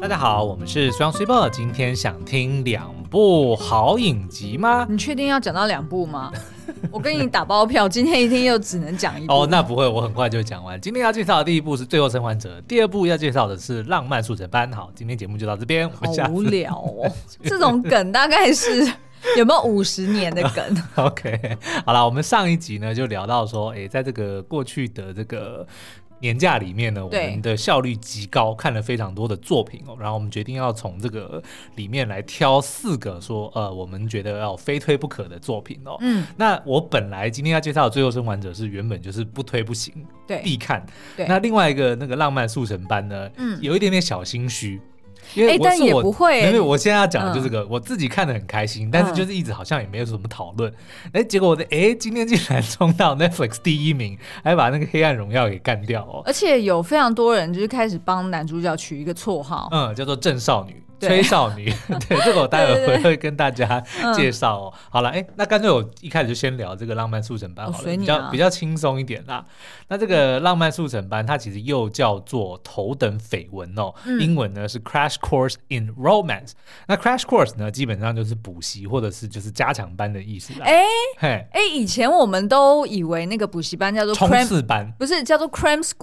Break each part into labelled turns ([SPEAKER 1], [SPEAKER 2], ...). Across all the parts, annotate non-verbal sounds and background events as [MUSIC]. [SPEAKER 1] 大家好，我们是双 super，今天想听两部好影集吗？
[SPEAKER 2] 你确定要讲到两部吗？
[SPEAKER 1] [LAUGHS]
[SPEAKER 2] 我跟你打包票，今天一定又只能讲一部。
[SPEAKER 1] 哦，那不会，我很快就讲完。今天要介绍的第一部是《最后生还者》，第二部要介绍的是《浪漫速成班》。好，今天节目就到这边，我们下
[SPEAKER 2] 好
[SPEAKER 1] 次
[SPEAKER 2] 无聊哦，这种梗大概是有没有五十年的梗？
[SPEAKER 1] [LAUGHS] OK，好了，我们上一集呢就聊到说，诶，在这个过去的这个年假里面呢，我
[SPEAKER 2] 对
[SPEAKER 1] 们的效率极高，看了非常多的作品哦，然后我们决定要从这个里面来挑四个说，呃，我们觉得要非推不可的作品哦。
[SPEAKER 2] 嗯，
[SPEAKER 1] 那我本来今天要介绍的《最后生还者》是原本就是不推不行，
[SPEAKER 2] 对，
[SPEAKER 1] 必看。
[SPEAKER 2] 对
[SPEAKER 1] 那另外一个那个浪漫速成班呢，
[SPEAKER 2] 嗯
[SPEAKER 1] 有一点点小心虚。因为
[SPEAKER 2] 诶
[SPEAKER 1] 我
[SPEAKER 2] 但
[SPEAKER 1] 是
[SPEAKER 2] 也
[SPEAKER 1] 我
[SPEAKER 2] 不会
[SPEAKER 1] 没有没有，我现在要讲的
[SPEAKER 2] 嗯
[SPEAKER 1] 就是这个，我自己看的很开心，但是
[SPEAKER 2] 嗯
[SPEAKER 1] 就是一直好像也没有什么讨论。哎、结果我的哎、今天竟然冲到 Netflix 第一名，还把那个《黑暗荣耀》给干掉哦。
[SPEAKER 2] 而且有非常多人就是开始帮男主角取一个绰号，
[SPEAKER 1] 嗯，叫做郑少女、
[SPEAKER 2] 对
[SPEAKER 1] 崔少女， [LAUGHS] 对，这个我待
[SPEAKER 2] 对对
[SPEAKER 1] 会
[SPEAKER 2] 对
[SPEAKER 1] 会跟大家
[SPEAKER 2] 嗯
[SPEAKER 1] 介绍哦。好了，哎、那干脆我一开始就先聊这个浪漫速成班
[SPEAKER 2] 哦
[SPEAKER 1] 好了，
[SPEAKER 2] 随
[SPEAKER 1] 比
[SPEAKER 2] 你
[SPEAKER 1] 较
[SPEAKER 2] 啊
[SPEAKER 1] 比较轻松一点啦。那这个浪漫速成班，它其实又叫做头等绯闻哦，
[SPEAKER 2] 嗯
[SPEAKER 1] 英文呢是 Crash Course in Romance。那 Crash Course 呢，基本上就是补习或者是就是加强班的意思啦。
[SPEAKER 2] 哎
[SPEAKER 1] 嘿，
[SPEAKER 2] 哎、以前我们都以为那个补习班叫做
[SPEAKER 1] 冲
[SPEAKER 2] cram，
[SPEAKER 1] 刺班
[SPEAKER 2] 不是叫做 cram school，C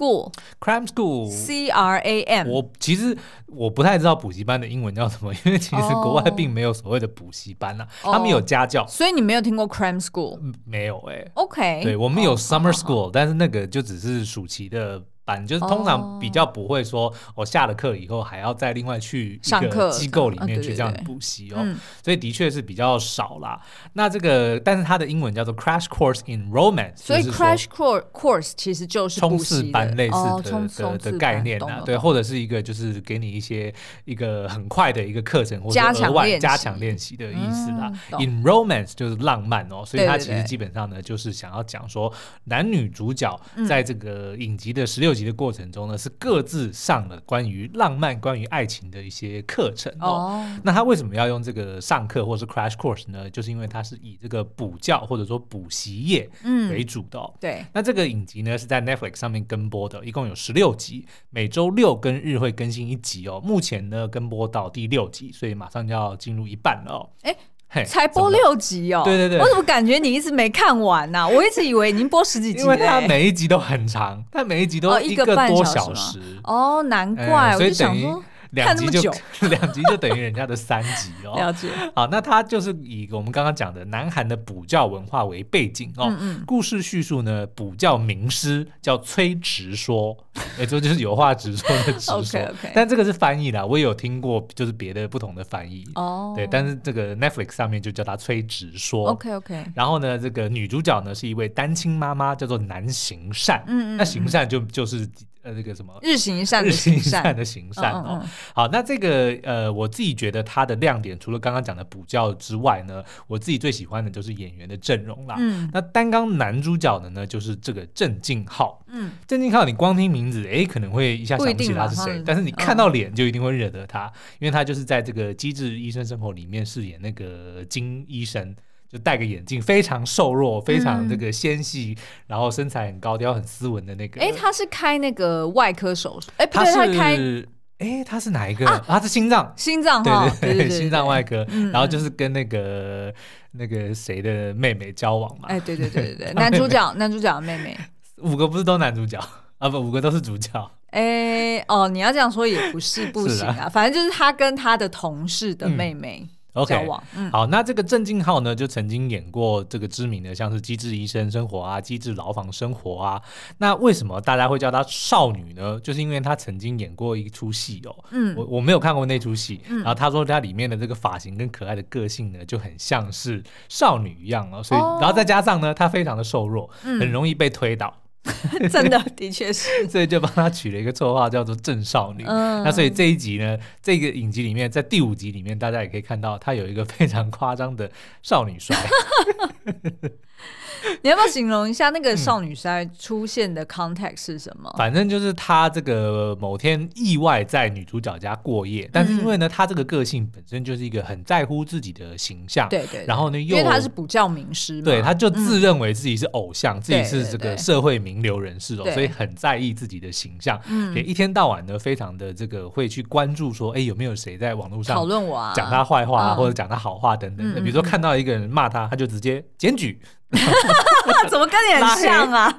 [SPEAKER 1] Cram School。
[SPEAKER 2] R A
[SPEAKER 1] [LAUGHS]
[SPEAKER 2] M。
[SPEAKER 1] 我其实我不太知道补习班的英文叫什么，因为其实
[SPEAKER 2] 哦
[SPEAKER 1] 国外并没有所谓的补习班啦、
[SPEAKER 2] 哦
[SPEAKER 1] 他们有家教，
[SPEAKER 2] 所以你没有听过 cram school？OK，、
[SPEAKER 1] 嗯没有哎、对，我们
[SPEAKER 2] 哦
[SPEAKER 1] 有
[SPEAKER 2] 好
[SPEAKER 1] summer
[SPEAKER 2] 好好
[SPEAKER 1] school，但是那个就只是暑期的班，就是通常
[SPEAKER 2] 哦
[SPEAKER 1] 比较不会说，我、下了课以后还要再另外去一
[SPEAKER 2] 上
[SPEAKER 1] 个
[SPEAKER 2] 课
[SPEAKER 1] 机构里
[SPEAKER 2] 啊
[SPEAKER 1] 面
[SPEAKER 2] 对
[SPEAKER 1] 去
[SPEAKER 2] 对
[SPEAKER 1] 这样
[SPEAKER 2] 对
[SPEAKER 1] 补习哦，
[SPEAKER 2] 嗯
[SPEAKER 1] 所以的确是比较少啦。那这个，但是它的英文叫做 Crash Course in Romance，
[SPEAKER 2] 所以
[SPEAKER 1] 就是说
[SPEAKER 2] crash course course 其实就是
[SPEAKER 1] 冲
[SPEAKER 2] 补
[SPEAKER 1] 刺
[SPEAKER 2] 习的
[SPEAKER 1] 班类似的、
[SPEAKER 2] 哦冲冲
[SPEAKER 1] 的
[SPEAKER 2] 刺
[SPEAKER 1] 的
[SPEAKER 2] 班
[SPEAKER 1] 概念
[SPEAKER 2] 懂
[SPEAKER 1] 啊
[SPEAKER 2] 了，
[SPEAKER 1] 对，
[SPEAKER 2] 懂
[SPEAKER 1] 或者是一个就是给你一些一个很快的一个课程，或者
[SPEAKER 2] 加
[SPEAKER 1] 额
[SPEAKER 2] 强
[SPEAKER 1] 外
[SPEAKER 2] 练
[SPEAKER 1] 加
[SPEAKER 2] 习
[SPEAKER 1] 强练习的意思啦。
[SPEAKER 2] 嗯懂
[SPEAKER 1] In romance 就是浪漫哦，所以
[SPEAKER 2] 对
[SPEAKER 1] 它
[SPEAKER 2] 对
[SPEAKER 1] 其实
[SPEAKER 2] 对
[SPEAKER 1] 基本上呢，就是想要讲说男女主角
[SPEAKER 2] 嗯
[SPEAKER 1] 在这个影集的十六集的过程中呢，是各自上了关于浪漫、关于爱情的一些课程哦。
[SPEAKER 2] 哦，
[SPEAKER 1] 那他为什么要用这个上课或是 crash course 呢？就是因为它是以这个补教或者说补习业为
[SPEAKER 2] 嗯，
[SPEAKER 1] 主的、哦。
[SPEAKER 2] 对，
[SPEAKER 1] 那这个影集呢是在 Netflix 上面跟播的，一共有十六集，每周六跟日会更新一集哦。目前呢跟播到第六集，所以马上就要进入一半了哦。
[SPEAKER 2] 诶
[SPEAKER 1] 嘿，
[SPEAKER 2] 才播
[SPEAKER 1] 怎么了。
[SPEAKER 2] 六集哦。
[SPEAKER 1] 对对对
[SPEAKER 2] 我怎么感觉你一直没看完
[SPEAKER 1] [LAUGHS]
[SPEAKER 2] 呐、我一直以为已经播十几集
[SPEAKER 1] 因
[SPEAKER 2] 了、
[SPEAKER 1] 为它
[SPEAKER 2] 欸。
[SPEAKER 1] 每一集都很长，它每一集都
[SPEAKER 2] 哦
[SPEAKER 1] 一
[SPEAKER 2] 一
[SPEAKER 1] 个
[SPEAKER 2] 个
[SPEAKER 1] 多
[SPEAKER 2] 半
[SPEAKER 1] 小
[SPEAKER 2] 小
[SPEAKER 1] 时
[SPEAKER 2] 时，哦，难怪，
[SPEAKER 1] 嗯
[SPEAKER 2] 我
[SPEAKER 1] 所以
[SPEAKER 2] 就想
[SPEAKER 1] 等于
[SPEAKER 2] 说，
[SPEAKER 1] 两
[SPEAKER 2] 看那
[SPEAKER 1] 集
[SPEAKER 2] 么
[SPEAKER 1] 就
[SPEAKER 2] 久
[SPEAKER 1] [LAUGHS] 两集就等于人家的三集
[SPEAKER 2] [LAUGHS]
[SPEAKER 1] 哦。
[SPEAKER 2] 了解，
[SPEAKER 1] 好，那它就是以我们刚刚讲的南韩的补教文化为背景哦。
[SPEAKER 2] 嗯嗯，
[SPEAKER 1] 故事叙述呢，补教名师叫崔直说，也就就是有话直说的直说。
[SPEAKER 2] [LAUGHS] OK，OK
[SPEAKER 1] 但这个是翻译啦，我也有听过，就是别的不同的翻译。
[SPEAKER 2] 哦，
[SPEAKER 1] 对，但是这个 Netflix 上面就叫他崔直说。
[SPEAKER 2] OK OK，
[SPEAKER 1] 然后呢，这个女主角呢是一位单亲妈妈，叫做南行善。
[SPEAKER 2] 嗯嗯
[SPEAKER 1] 那行善就就是呃那个什么。
[SPEAKER 2] 日行一善
[SPEAKER 1] 日
[SPEAKER 2] 的
[SPEAKER 1] 行
[SPEAKER 2] 行
[SPEAKER 1] 善
[SPEAKER 2] 善，
[SPEAKER 1] 的行善哦，
[SPEAKER 2] 嗯嗯嗯
[SPEAKER 1] 好，那这个呃，我自己觉得它的亮点，除了刚刚讲的补教之外呢，我自己最喜欢的就是演员的阵容啦。
[SPEAKER 2] 嗯
[SPEAKER 1] 那单刚男主角的呢，就是这个郑敬浩。
[SPEAKER 2] 嗯，
[SPEAKER 1] 郑敬浩，你光听名字，诶，可能会一下想
[SPEAKER 2] 不
[SPEAKER 1] 不
[SPEAKER 2] 一
[SPEAKER 1] 起
[SPEAKER 2] 定嗯
[SPEAKER 1] 他
[SPEAKER 2] 马
[SPEAKER 1] 是
[SPEAKER 2] 上
[SPEAKER 1] 谁，但是你看到脸就一定会认得他，因为他就是在这个《机智医生生活》里面饰演那个金医生。就戴个眼镜，非常瘦弱，非常
[SPEAKER 2] 嗯
[SPEAKER 1] 这个纤细，然后身材很高挑、很斯文的那个。
[SPEAKER 2] 哎、他是开那个外科手术，哎、不
[SPEAKER 1] 他
[SPEAKER 2] 对，他开
[SPEAKER 1] 是诶，他是哪一个？啊，他是心脏，
[SPEAKER 2] 心脏
[SPEAKER 1] 对
[SPEAKER 2] 哈，
[SPEAKER 1] 对
[SPEAKER 2] 哦对对对，
[SPEAKER 1] [LAUGHS] 心脏外科。
[SPEAKER 2] 嗯
[SPEAKER 1] 然后就是跟那个那个谁的妹妹交往嘛
[SPEAKER 2] 对，。哎、对对对对
[SPEAKER 1] [LAUGHS]
[SPEAKER 2] 对，男主角男主角的妹妹，
[SPEAKER 1] 五个不是都男主角啊？不，五个都是主角。
[SPEAKER 2] 哎、哦，你要这样说也不是不
[SPEAKER 1] 是
[SPEAKER 2] 行
[SPEAKER 1] 啊
[SPEAKER 2] 啊，反正就是他跟他的同事的妹妹交
[SPEAKER 1] OK，
[SPEAKER 2] 往，嗯，
[SPEAKER 1] 好，那这个郑敬浩呢，就曾经演过这个知名的，像是《机智医生生活》啊，《机智牢房生活》啊。那为什么大家会叫她少女呢？就是因为她曾经演过一出戏哦，
[SPEAKER 2] 嗯
[SPEAKER 1] 我我没有看过那出戏。然后她说她里面的这个发型跟可爱的个性呢，就很像是少女一样哦。所以，
[SPEAKER 2] 哦嗯
[SPEAKER 1] 然后再加上呢，她非常的瘦弱，很容易被推倒， [LAUGHS]
[SPEAKER 2] 真的的确是，
[SPEAKER 1] 所以就帮她取了一个绰号叫做郑少女。
[SPEAKER 2] 嗯，
[SPEAKER 1] 那所以这一集呢，这个影集里面，在第五集里面，
[SPEAKER 2] [LAUGHS]
[SPEAKER 1] 大家也可以看到，它有一个非常夸张的少女摔。
[SPEAKER 2] 你要不要形容一下那
[SPEAKER 1] 嗯
[SPEAKER 2] 个少女时代出现的 context 是什么？
[SPEAKER 1] 反正就是他这个某天意外在女主角家过夜，但
[SPEAKER 2] 嗯
[SPEAKER 1] 是因为呢，他这个个性本身就是一个很在乎自己的形象，
[SPEAKER 2] 对对
[SPEAKER 1] 然
[SPEAKER 2] 后
[SPEAKER 1] 后呢
[SPEAKER 2] 因
[SPEAKER 1] 又
[SPEAKER 2] 为他是补教名师嘛，
[SPEAKER 1] 对，他就自认为自己是偶像，自己
[SPEAKER 2] 对
[SPEAKER 1] 是
[SPEAKER 2] 对
[SPEAKER 1] 这
[SPEAKER 2] 对
[SPEAKER 1] 个社会名流人士哦，
[SPEAKER 2] 对
[SPEAKER 1] 所以很在意自己的形象，也
[SPEAKER 2] 嗯
[SPEAKER 1] 一天到晚呢，非常的这个会去关注说，哎，有没有谁在网络
[SPEAKER 2] 讨
[SPEAKER 1] 上
[SPEAKER 2] 论我啊，
[SPEAKER 1] 讲
[SPEAKER 2] [LAUGHS]
[SPEAKER 1] 他坏话、啊
[SPEAKER 2] 嗯
[SPEAKER 1] 或者讲他好话等等的。
[SPEAKER 2] 嗯嗯
[SPEAKER 1] 比如说
[SPEAKER 2] 嗯
[SPEAKER 1] 看到一个人骂他，他就直接检举，
[SPEAKER 2] 怎么跟你
[SPEAKER 1] 拉
[SPEAKER 2] 很
[SPEAKER 1] 黑
[SPEAKER 2] 像啊？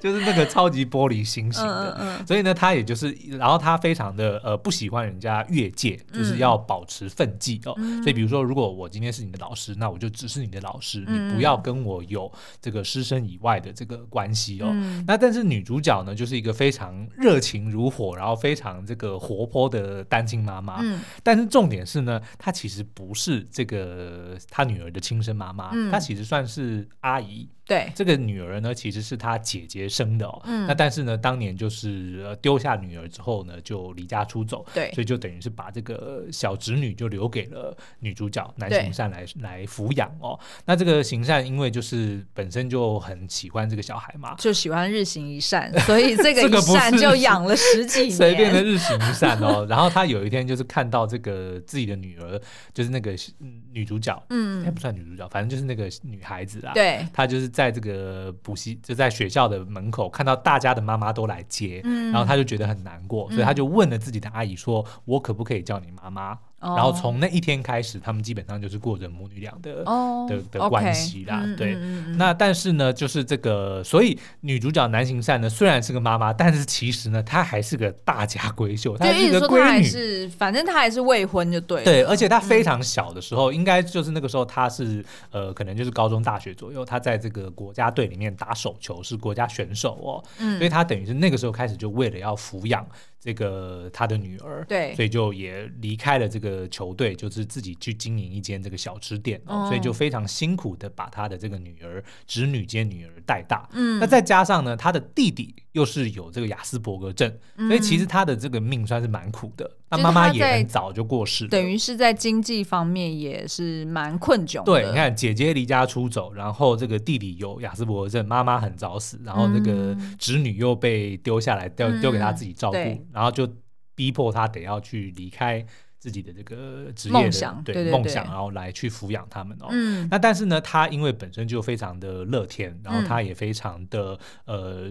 [SPEAKER 1] 就是那个超级玻璃心型的。
[SPEAKER 2] [LAUGHS] 嗯
[SPEAKER 1] 所以呢，他也就是，然后他非常的呃不喜欢人家越界，就是
[SPEAKER 2] 嗯
[SPEAKER 1] 要保持分际哦。
[SPEAKER 2] 嗯
[SPEAKER 1] 所以比如说，如果我今天是你的老师，那我就只是你的老师，你不
[SPEAKER 2] 嗯
[SPEAKER 1] 要跟我有这个师生以外的这个关系哦。
[SPEAKER 2] 嗯
[SPEAKER 1] 那但是女主角呢，就是一个非常热情如火，然后非常这个活泼的单亲妈妈。
[SPEAKER 2] 嗯
[SPEAKER 1] 但是重点是呢，她其实不是这个她女儿的亲生妈妈，
[SPEAKER 2] 嗯
[SPEAKER 1] 她其实算是阿姨。
[SPEAKER 2] 对，
[SPEAKER 1] 这个女儿呢，其实是她姐姐生的哦。
[SPEAKER 2] 嗯
[SPEAKER 1] 那但是呢，当年就是呃丢下女儿之后呢，就离家出走。
[SPEAKER 2] 对
[SPEAKER 1] 所以就等于是把这个小侄女就留给了女主角南
[SPEAKER 2] 对
[SPEAKER 1] 行善来来抚养哦。那这个行善因为就是本身就很喜欢这个小孩嘛，
[SPEAKER 2] 就喜欢日行一善，所以这个
[SPEAKER 1] [LAUGHS] 这个
[SPEAKER 2] 一
[SPEAKER 1] 不是
[SPEAKER 2] 善就养了十几年。
[SPEAKER 1] 随便的日行一善哦。然后他有一天就是看到这个自己的女儿，就是那个嗯女主角，她
[SPEAKER 2] 嗯，
[SPEAKER 1] 哎不算女主角，反正就是那个女孩子啊。。
[SPEAKER 2] 对，
[SPEAKER 1] 她就是在这个补习，就在学校的门口看到大家的妈妈都来接，
[SPEAKER 2] 嗯
[SPEAKER 1] 然后她就觉得很难过，所以她就问了自己的阿姨说：“我可不可以叫你妈妈？”
[SPEAKER 2] 哦
[SPEAKER 1] 然后从那一天开始，他们基本上就是过着母女俩的。
[SPEAKER 2] 哦
[SPEAKER 1] 的的
[SPEAKER 2] OK，
[SPEAKER 1] 关系啦
[SPEAKER 2] 嗯
[SPEAKER 1] 对
[SPEAKER 2] 嗯嗯嗯
[SPEAKER 1] 那但是呢，就是这个，所以女主角南行善呢，虽然是个妈妈，但是其实呢，她还是个大家闺秀，她
[SPEAKER 2] 对，一
[SPEAKER 1] 是
[SPEAKER 2] 直
[SPEAKER 1] 个
[SPEAKER 2] 说他
[SPEAKER 1] 闺
[SPEAKER 2] 还
[SPEAKER 1] 女。
[SPEAKER 2] 是，反正他还是未婚就对了。
[SPEAKER 1] 对，而且她非常小的时候，应该就是那个时候，她是呃，可能就是高中、大学左右，她在这个国家队里面打手球，是国家选手哦，所以
[SPEAKER 2] 嗯，
[SPEAKER 1] 她等于是那个时候开始就为了要抚养这个她的女儿，
[SPEAKER 2] 对，
[SPEAKER 1] 所以就也离开了这个球队，就是自己去经营一间这个小吃店哦，
[SPEAKER 2] 哦
[SPEAKER 1] 所以就非常辛苦的把他的这个女儿侄女兼女儿带大。
[SPEAKER 2] 嗯
[SPEAKER 1] 那再加上呢，他的弟弟又是有这个雅斯伯格症，所以其实他的这个命算是蛮苦的。那
[SPEAKER 2] 嗯就是
[SPEAKER 1] 妈妈
[SPEAKER 2] 他
[SPEAKER 1] 也
[SPEAKER 2] 在
[SPEAKER 1] 很早就过世了，
[SPEAKER 2] 等于是在经济方面也是蛮困窘的。
[SPEAKER 1] 对，你，看姐姐离家出走，然后这个弟弟有雅斯伯格症，妈妈很早死，然后那个
[SPEAKER 2] 嗯
[SPEAKER 1] 侄女又被丢下来，丢
[SPEAKER 2] 嗯
[SPEAKER 1] 丢给他自己照顾
[SPEAKER 2] 对，
[SPEAKER 1] 然后就逼迫他得要去离开自己的这个职业
[SPEAKER 2] 梦
[SPEAKER 1] 的
[SPEAKER 2] 想对对
[SPEAKER 1] 梦
[SPEAKER 2] 对
[SPEAKER 1] 想，然后来去抚养他们哦。
[SPEAKER 2] 嗯
[SPEAKER 1] 那但是呢，他因为本身就非常的乐天，然后
[SPEAKER 2] 嗯
[SPEAKER 1] 他也非常的、呃，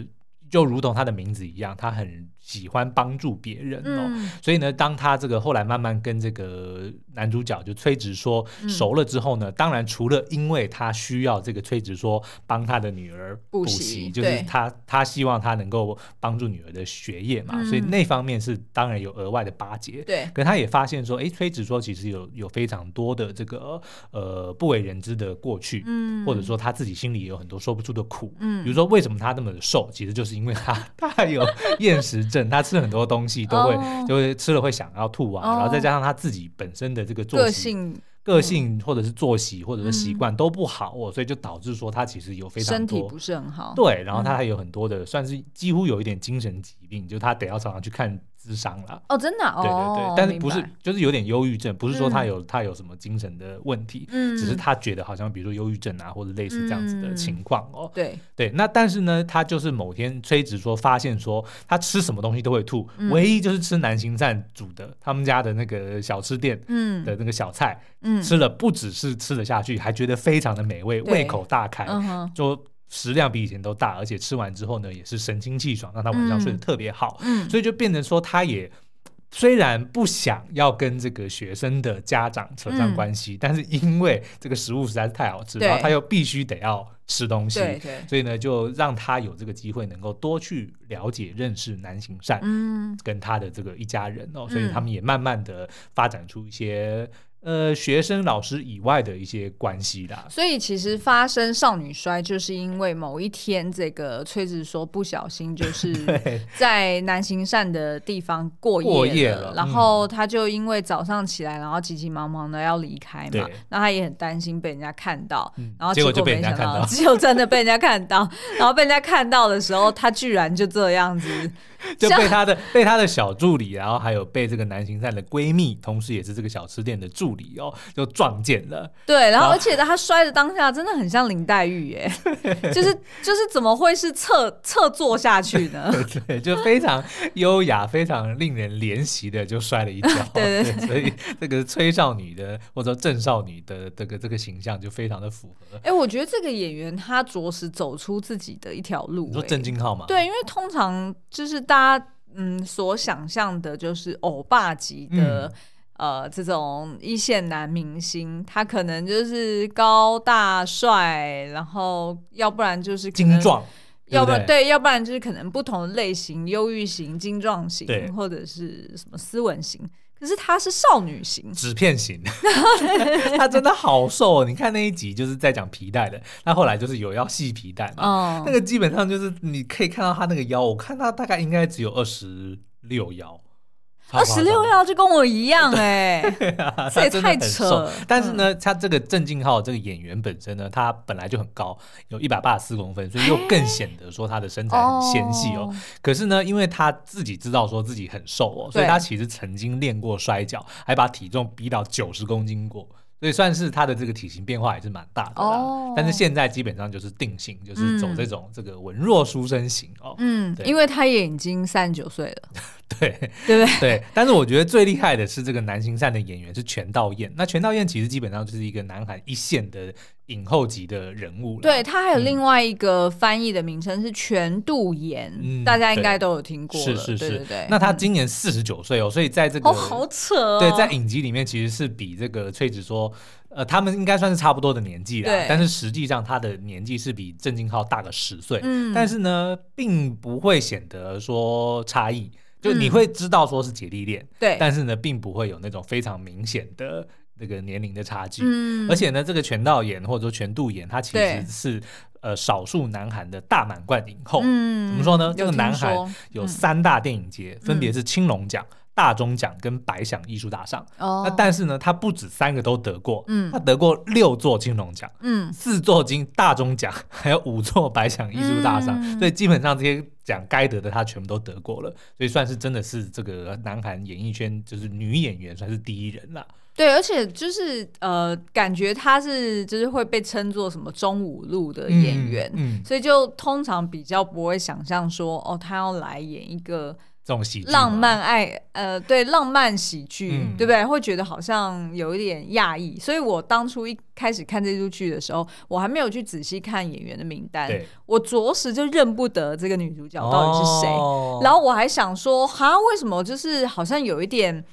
[SPEAKER 1] 就如同他的名字一样，他很喜欢帮助别人哦。
[SPEAKER 2] 嗯，
[SPEAKER 1] 所以呢，当他这个后来慢慢跟这个男主角就崔植说
[SPEAKER 2] 嗯
[SPEAKER 1] 熟了之后呢，当然除了因为他需要这个崔植说帮他的女儿补
[SPEAKER 2] 补
[SPEAKER 1] 习，
[SPEAKER 2] 习
[SPEAKER 1] 就是
[SPEAKER 2] 对
[SPEAKER 1] 他他希望他能够帮助女儿的学业嘛，
[SPEAKER 2] 嗯
[SPEAKER 1] 所以那方面是当然有额外的巴结。
[SPEAKER 2] 对，
[SPEAKER 1] 可他也发现说，诶，哎崔植说其实有有非常多的这个呃不为人知的过去，
[SPEAKER 2] 嗯，
[SPEAKER 1] 或者，说他自己心里有很多说不出的苦，
[SPEAKER 2] 嗯，
[SPEAKER 1] 比如说，为什么他那么瘦，其实就是因为他 [LAUGHS] 他有厌食症，他吃很多东西都会、
[SPEAKER 2] 哦
[SPEAKER 1] 就会吃了会想要吐啊，
[SPEAKER 2] 哦
[SPEAKER 1] 然后再加上他自己本身的这个作
[SPEAKER 2] 个
[SPEAKER 1] 息、
[SPEAKER 2] 性、嗯
[SPEAKER 1] 个性或者是作息或者是习惯都不好哦，所以就导致说他其实有非常
[SPEAKER 2] 身体
[SPEAKER 1] 多
[SPEAKER 2] 不是很好。嗯
[SPEAKER 1] 对，然后他还有很多的、算是几乎有一点精神疾病，就他得要常常去看智商啦。
[SPEAKER 2] 哦，真的啊，
[SPEAKER 1] 对对对，
[SPEAKER 2] 哦
[SPEAKER 1] 但是不，是
[SPEAKER 2] 明白
[SPEAKER 1] 就是有点忧郁症，不是说他
[SPEAKER 2] 嗯
[SPEAKER 1] 有、他有什么精神的问题，
[SPEAKER 2] 嗯，
[SPEAKER 1] 只是他觉得好像比如说忧郁症啊或者类似这样子的
[SPEAKER 2] 嗯
[SPEAKER 1] 情况哦。
[SPEAKER 2] 对，
[SPEAKER 1] 对，那但是呢，他就是某天崔植说发现说他吃什么东西都会吐，
[SPEAKER 2] 嗯
[SPEAKER 1] 唯一就是吃南行站煮的他们家的那个小吃店
[SPEAKER 2] 嗯
[SPEAKER 1] 的那个小菜，
[SPEAKER 2] 嗯
[SPEAKER 1] 吃了不只是吃得下去，还觉得非常的美味，
[SPEAKER 2] 对
[SPEAKER 1] 胃口大开，
[SPEAKER 2] 嗯哼，
[SPEAKER 1] 就食量比以前都大，而且吃完之后呢也是神清气爽，让他晚上睡得特别好，
[SPEAKER 2] 嗯，
[SPEAKER 1] 所以就变成说他也。虽然不想要跟这个学生的家长扯上
[SPEAKER 2] 嗯
[SPEAKER 1] 关系，但是因为这个食物实在是太好吃，然后
[SPEAKER 2] 对
[SPEAKER 1] 他又必须得要吃东西，
[SPEAKER 2] 对对，
[SPEAKER 1] 所以呢，就让他有这个机会能够多去了解、认识南行善、
[SPEAKER 2] 嗯
[SPEAKER 1] 跟他的这个一家人哦，所以
[SPEAKER 2] 嗯
[SPEAKER 1] 他们也慢慢的发展出一些呃学生、老师以外的一些关系啦。
[SPEAKER 2] 所以其实发生少女衰，就是因为某一天这个崔子说不小心就是
[SPEAKER 1] [LAUGHS] 对
[SPEAKER 2] 在南行善的地方过夜
[SPEAKER 1] 过夜了嗯
[SPEAKER 2] 然后他就因为早上起来，然后急急忙忙的要离开嘛
[SPEAKER 1] 对，
[SPEAKER 2] 那他也很担心被人家看到，
[SPEAKER 1] 嗯
[SPEAKER 2] 然后
[SPEAKER 1] 结果就被
[SPEAKER 2] 没
[SPEAKER 1] 人家
[SPEAKER 2] 想
[SPEAKER 1] 看到
[SPEAKER 2] [LAUGHS] 到，只有真的被人家看到，然后被人家看到的时候，他居然就这样子
[SPEAKER 1] 就被她的被她的小助理，然后还有被这个南行善的闺蜜，同时也是这个小吃店的助理哦，就撞见
[SPEAKER 2] [LAUGHS]
[SPEAKER 1] 了。
[SPEAKER 2] 对，然后
[SPEAKER 1] 好
[SPEAKER 2] 而且他摔的当下真的很像林黛玉
[SPEAKER 1] [LAUGHS]
[SPEAKER 2] 耶，就是就是怎么会是侧侧坐下去呢？
[SPEAKER 1] [LAUGHS] 对，就非常优雅，非常令人怜惜的就摔了一跤。
[SPEAKER 2] [LAUGHS] 对对
[SPEAKER 1] 所以这个崔少女的或者说郑少女的这个这个形象就非常的符合。
[SPEAKER 2] 哎、我觉得这个演员他着实走出自己的一条路、
[SPEAKER 1] 你说
[SPEAKER 2] 哎
[SPEAKER 1] 郑金浩吗？
[SPEAKER 2] 对，因为通常就是大家嗯所想象的，就是欧巴级的、
[SPEAKER 1] 嗯
[SPEAKER 2] 呃这种一线男明星，他可能就是高大帅，然后要不然就是可
[SPEAKER 1] 精
[SPEAKER 2] 能，
[SPEAKER 1] 壮，
[SPEAKER 2] 要不
[SPEAKER 1] 对
[SPEAKER 2] 然
[SPEAKER 1] 不对
[SPEAKER 2] 要不然就是可能不同的类型，忧郁型、精壮型
[SPEAKER 1] 对，
[SPEAKER 2] 或者是什么斯文型。可是她是少女型，
[SPEAKER 1] 纸片型， [LAUGHS] 她真的好瘦哦！你看那一集就是在讲皮带的，她后来就是有要系皮带嘛，
[SPEAKER 2] 嗯
[SPEAKER 1] 那，个基本上就是你可以看到她那个腰，我看她大概应该只有二十六腰，超夸
[SPEAKER 2] 二
[SPEAKER 1] 张啊
[SPEAKER 2] 十六要就跟我一样哎、
[SPEAKER 1] [LAUGHS]
[SPEAKER 2] 这也
[SPEAKER 1] 他真的
[SPEAKER 2] 太
[SPEAKER 1] 很瘦
[SPEAKER 2] 扯了嗯
[SPEAKER 1] 但是呢，他这个郑敬浩这个演员本身呢，他本来就很高，有一百八十四公分，所以又
[SPEAKER 2] 哎
[SPEAKER 1] 更显得说他的身材很纤细哦。可是呢，因为他自己知道说自己很瘦哦，所以
[SPEAKER 2] 对
[SPEAKER 1] 他其实曾经练过摔跤，还把体重逼到九十公斤过。所以算是他的这个体型变化也是蛮大的啦，
[SPEAKER 2] 哦
[SPEAKER 1] 但是现在基本上就是定型，就是走
[SPEAKER 2] 嗯
[SPEAKER 1] 这种这个文弱书生型哦。 [LAUGHS]
[SPEAKER 2] 嗯，
[SPEAKER 1] 对
[SPEAKER 2] 因为她也已经三十九岁了，
[SPEAKER 1] 对，
[SPEAKER 2] 对不对？
[SPEAKER 1] 对，但是我觉得最厉害的是这个南行善的演员是全道彦。那全道彦其实基本上就是一个南韩一线的影后级的人物了。
[SPEAKER 2] 对，它还有另外一个翻译的名称是全度妍，
[SPEAKER 1] 嗯
[SPEAKER 2] 大家应该都有听过了。
[SPEAKER 1] 是是是。
[SPEAKER 2] 对对对。
[SPEAKER 1] 那他
[SPEAKER 2] 嗯
[SPEAKER 1] 今年四十九岁哦，所以在这个、
[SPEAKER 2] 哦，好扯哦。
[SPEAKER 1] 对在影集里面其实是比这个崔子说。呃，他们应该算是差不多的年纪啦
[SPEAKER 2] 对，
[SPEAKER 1] 但是实际上他的年纪是比郑敬浩大个十岁，
[SPEAKER 2] 嗯
[SPEAKER 1] 但是呢，并不会显得说差异，就你
[SPEAKER 2] 嗯
[SPEAKER 1] 会知道说是姐弟恋，
[SPEAKER 2] 对，
[SPEAKER 1] 但是呢，并不会有那种非常明显的那个年龄的差距。
[SPEAKER 2] 嗯
[SPEAKER 1] 而且呢，这个全道妍或者说全度妍，她其
[SPEAKER 2] 对
[SPEAKER 1] 实是呃少数南韩的大满贯影后。
[SPEAKER 2] 嗯
[SPEAKER 1] 哦怎么说呢？这
[SPEAKER 2] 有
[SPEAKER 1] 个
[SPEAKER 2] 听
[SPEAKER 1] 南韩
[SPEAKER 2] 说
[SPEAKER 1] 有
[SPEAKER 2] 嗯
[SPEAKER 1] 三大电影节，分别是青龙奖、大钟奖跟百想艺术大赏。
[SPEAKER 2] 哦，
[SPEAKER 1] 那但是呢，她不止三个都得过，
[SPEAKER 2] 嗯
[SPEAKER 1] 她得过六座青龙奖。
[SPEAKER 2] 嗯
[SPEAKER 1] 四座金大钟奖，还有五座百想艺术大赏，
[SPEAKER 2] 嗯
[SPEAKER 1] 所以基本上这些奖该得的他全部都得过了，所以算是真的是这个南韩演艺圈就是女演员算是第一人啦。
[SPEAKER 2] 对，而且就是呃，感觉她是就是会被称作什么中五路的演员。
[SPEAKER 1] 嗯，嗯
[SPEAKER 2] 所以就通常比较不会想象说，哦，她要来演一个
[SPEAKER 1] 这种喜剧嘛
[SPEAKER 2] 浪漫爱，呃，对，浪漫喜剧，
[SPEAKER 1] 嗯
[SPEAKER 2] 对不对？会觉得好像有一点讶异，所以我当初一开始看这部剧的时候，我还没有去仔细看演员的名单，
[SPEAKER 1] 对，
[SPEAKER 2] 我着实就认不得这个女主角到底是谁。
[SPEAKER 1] 哦
[SPEAKER 2] 然后我还想说，哈，为什么就是好像有一点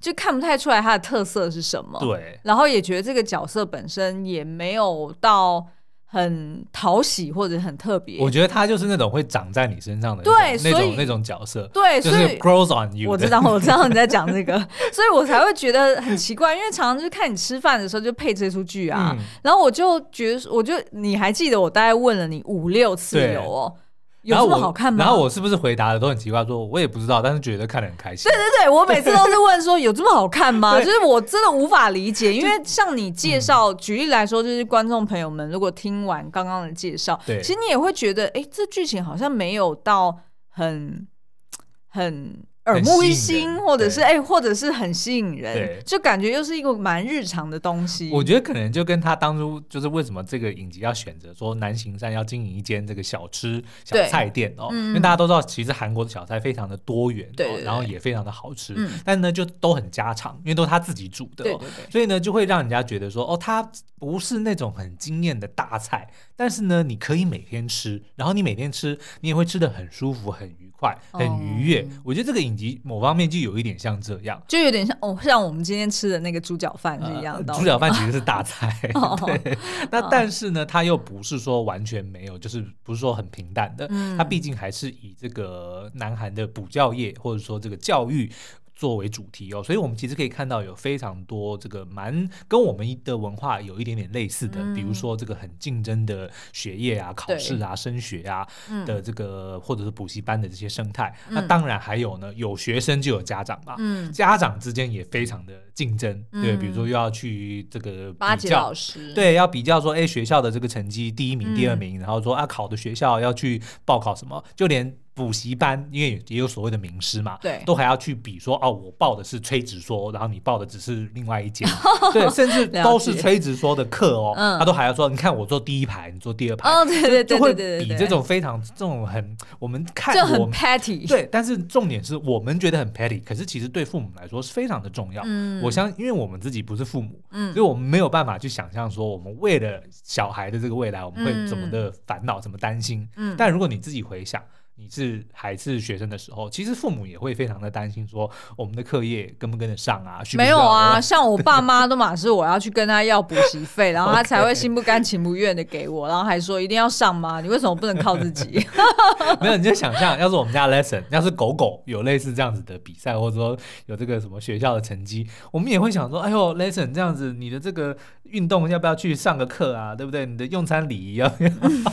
[SPEAKER 2] 就看不太出来她的特色是什么？
[SPEAKER 1] 对，
[SPEAKER 2] 然后也觉得这个角色本身也没有到很讨喜或者很特别。
[SPEAKER 1] 我觉得她就是那种会长在你身上的
[SPEAKER 2] 对
[SPEAKER 1] 那种那
[SPEAKER 2] 所以
[SPEAKER 1] 种那种角色，
[SPEAKER 2] 对，
[SPEAKER 1] 就
[SPEAKER 2] 所以
[SPEAKER 1] 是 grows on you 的。
[SPEAKER 2] 我知道，我知道你在讲这个，所以我才会觉得很奇怪，因为常常就是看你吃饭的时候就配这出剧啊，
[SPEAKER 1] 嗯
[SPEAKER 2] 然后我就觉得，我就你还记得我大概问了你五六次
[SPEAKER 1] 对
[SPEAKER 2] 有哦，有
[SPEAKER 1] 然后
[SPEAKER 2] 这么
[SPEAKER 1] 我
[SPEAKER 2] 好看吗？
[SPEAKER 1] 然后我是不是回答的都很奇怪？说我也不知道，但是觉得看得很开心。
[SPEAKER 2] 对对对，我每次都是问说有这么好看吗？
[SPEAKER 1] 对
[SPEAKER 2] 就是我真的无法理解，因为像你介绍，举例来说，就是观众朋友们如果听完刚刚的介绍，
[SPEAKER 1] 对
[SPEAKER 2] 其实你也会觉得，哎，这剧情好像没有到很很。耳目一
[SPEAKER 1] 吸引
[SPEAKER 2] 新，
[SPEAKER 1] 人
[SPEAKER 2] 或者
[SPEAKER 1] 对
[SPEAKER 2] 是哎、或者是很吸引人
[SPEAKER 1] 对，
[SPEAKER 2] 就感觉又是一个蛮日常的东西。
[SPEAKER 1] 我觉得可能就跟他当初就是为什么这个影集要选择说南行山要经营一间这个小吃小
[SPEAKER 2] 对
[SPEAKER 1] 菜店哦，
[SPEAKER 2] 嗯
[SPEAKER 1] 因为大家都知道其实韩国的小菜非常的多元、哦，
[SPEAKER 2] 对对对
[SPEAKER 1] 然后也非常的好吃，
[SPEAKER 2] 嗯
[SPEAKER 1] 但呢就都很家常，因为都是他自己煮的、
[SPEAKER 2] 对
[SPEAKER 1] 哦
[SPEAKER 2] 对。对，
[SPEAKER 1] 所以呢，就会让人家觉得说，哦，它不是那种很惊艳的大菜，但是呢，你可以每天吃，然后你每天吃，你也会吃的很舒服、很愉快、很愉悦。我觉得这个影集某方面就有一点像这样，
[SPEAKER 2] 就有点像哦，像我们今天吃的那个猪脚饭是一样的道
[SPEAKER 1] 呃
[SPEAKER 2] 理。
[SPEAKER 1] 猪脚饭其实是大
[SPEAKER 2] [LAUGHS]
[SPEAKER 1] 菜，
[SPEAKER 2] 哦
[SPEAKER 1] 对。那但是呢，它又不是说完全没有，就是不是说很平淡的。
[SPEAKER 2] 嗯
[SPEAKER 1] 它毕竟还是以这个南韩的补教业或者说这个教育。作为主题哦，所以我们其实可以看到有非常多这个蛮跟我们的文化有一点点类似的，
[SPEAKER 2] 嗯
[SPEAKER 1] 比如说这个很竞争的学业啊、考试啊、升学啊
[SPEAKER 2] 嗯
[SPEAKER 1] 的这个或者是补习班的这些生态。
[SPEAKER 2] 嗯
[SPEAKER 1] 那当然还有呢，有学生就有家长嘛，
[SPEAKER 2] 嗯，
[SPEAKER 1] 家长之间也非常的竞争，对，
[SPEAKER 2] 嗯
[SPEAKER 1] 比如说又要去这个
[SPEAKER 2] 巴
[SPEAKER 1] 比
[SPEAKER 2] 结
[SPEAKER 1] 较
[SPEAKER 2] 老。师，
[SPEAKER 1] 对，要比较说，哎，学校的这个成绩第一名、
[SPEAKER 2] 嗯
[SPEAKER 1] 第二名，然后说啊，考的学校要去报考什么，就连补习班，因为也有所谓的名师嘛，
[SPEAKER 2] 对
[SPEAKER 1] 都还要去比说哦，我报的是崔直说，然后你报的只是另外一间，对，甚至
[SPEAKER 2] [LAUGHS] 了
[SPEAKER 1] 都是
[SPEAKER 2] 解
[SPEAKER 1] 崔直说的课哦，
[SPEAKER 2] 嗯
[SPEAKER 1] 他都还要说，你看我坐第一排，你坐第二排，
[SPEAKER 2] 哦，对对对
[SPEAKER 1] 就会
[SPEAKER 2] 对对
[SPEAKER 1] 比
[SPEAKER 2] 对，
[SPEAKER 1] 这种非常这种很我们看
[SPEAKER 2] 就很
[SPEAKER 1] 我们
[SPEAKER 2] petty，，
[SPEAKER 1] 对，但是重点是我们觉得很 petty，可是其实对父母来说是非常的重要。
[SPEAKER 2] 嗯，
[SPEAKER 1] 我相因为我们自己不是父母，
[SPEAKER 2] 嗯
[SPEAKER 1] 所以我们没有办法去想象说我们为了小孩的这个未来，我们会怎么
[SPEAKER 2] 嗯
[SPEAKER 1] 的烦恼，怎么担心。
[SPEAKER 2] 嗯，
[SPEAKER 1] 但如果你自己回想，你是还是学生的时候，其实父母也会非常的担心，说我们的课业跟不跟得上啊？需不
[SPEAKER 2] 没
[SPEAKER 1] 需
[SPEAKER 2] 有
[SPEAKER 1] 要 [LAUGHS]
[SPEAKER 2] 啊，
[SPEAKER 1] 我，
[SPEAKER 2] 像我爸妈都嘛是我要去跟他要补习费，然后
[SPEAKER 1] [LAUGHS]
[SPEAKER 2] 他才会心不甘情不愿的给我，然后还说一定要上吗？你为什么不能靠
[SPEAKER 1] [LAUGHS]
[SPEAKER 2] 自己？
[SPEAKER 1] 没有，你就想象，要是我们家 lesson，要是狗狗有类似这样子的比赛，或者说有这个什么学校的成绩，我们也会想说，哎呦，lesson 这样子，你的这个运动要不要去上个课啊？对不对？你的用餐礼仪要不要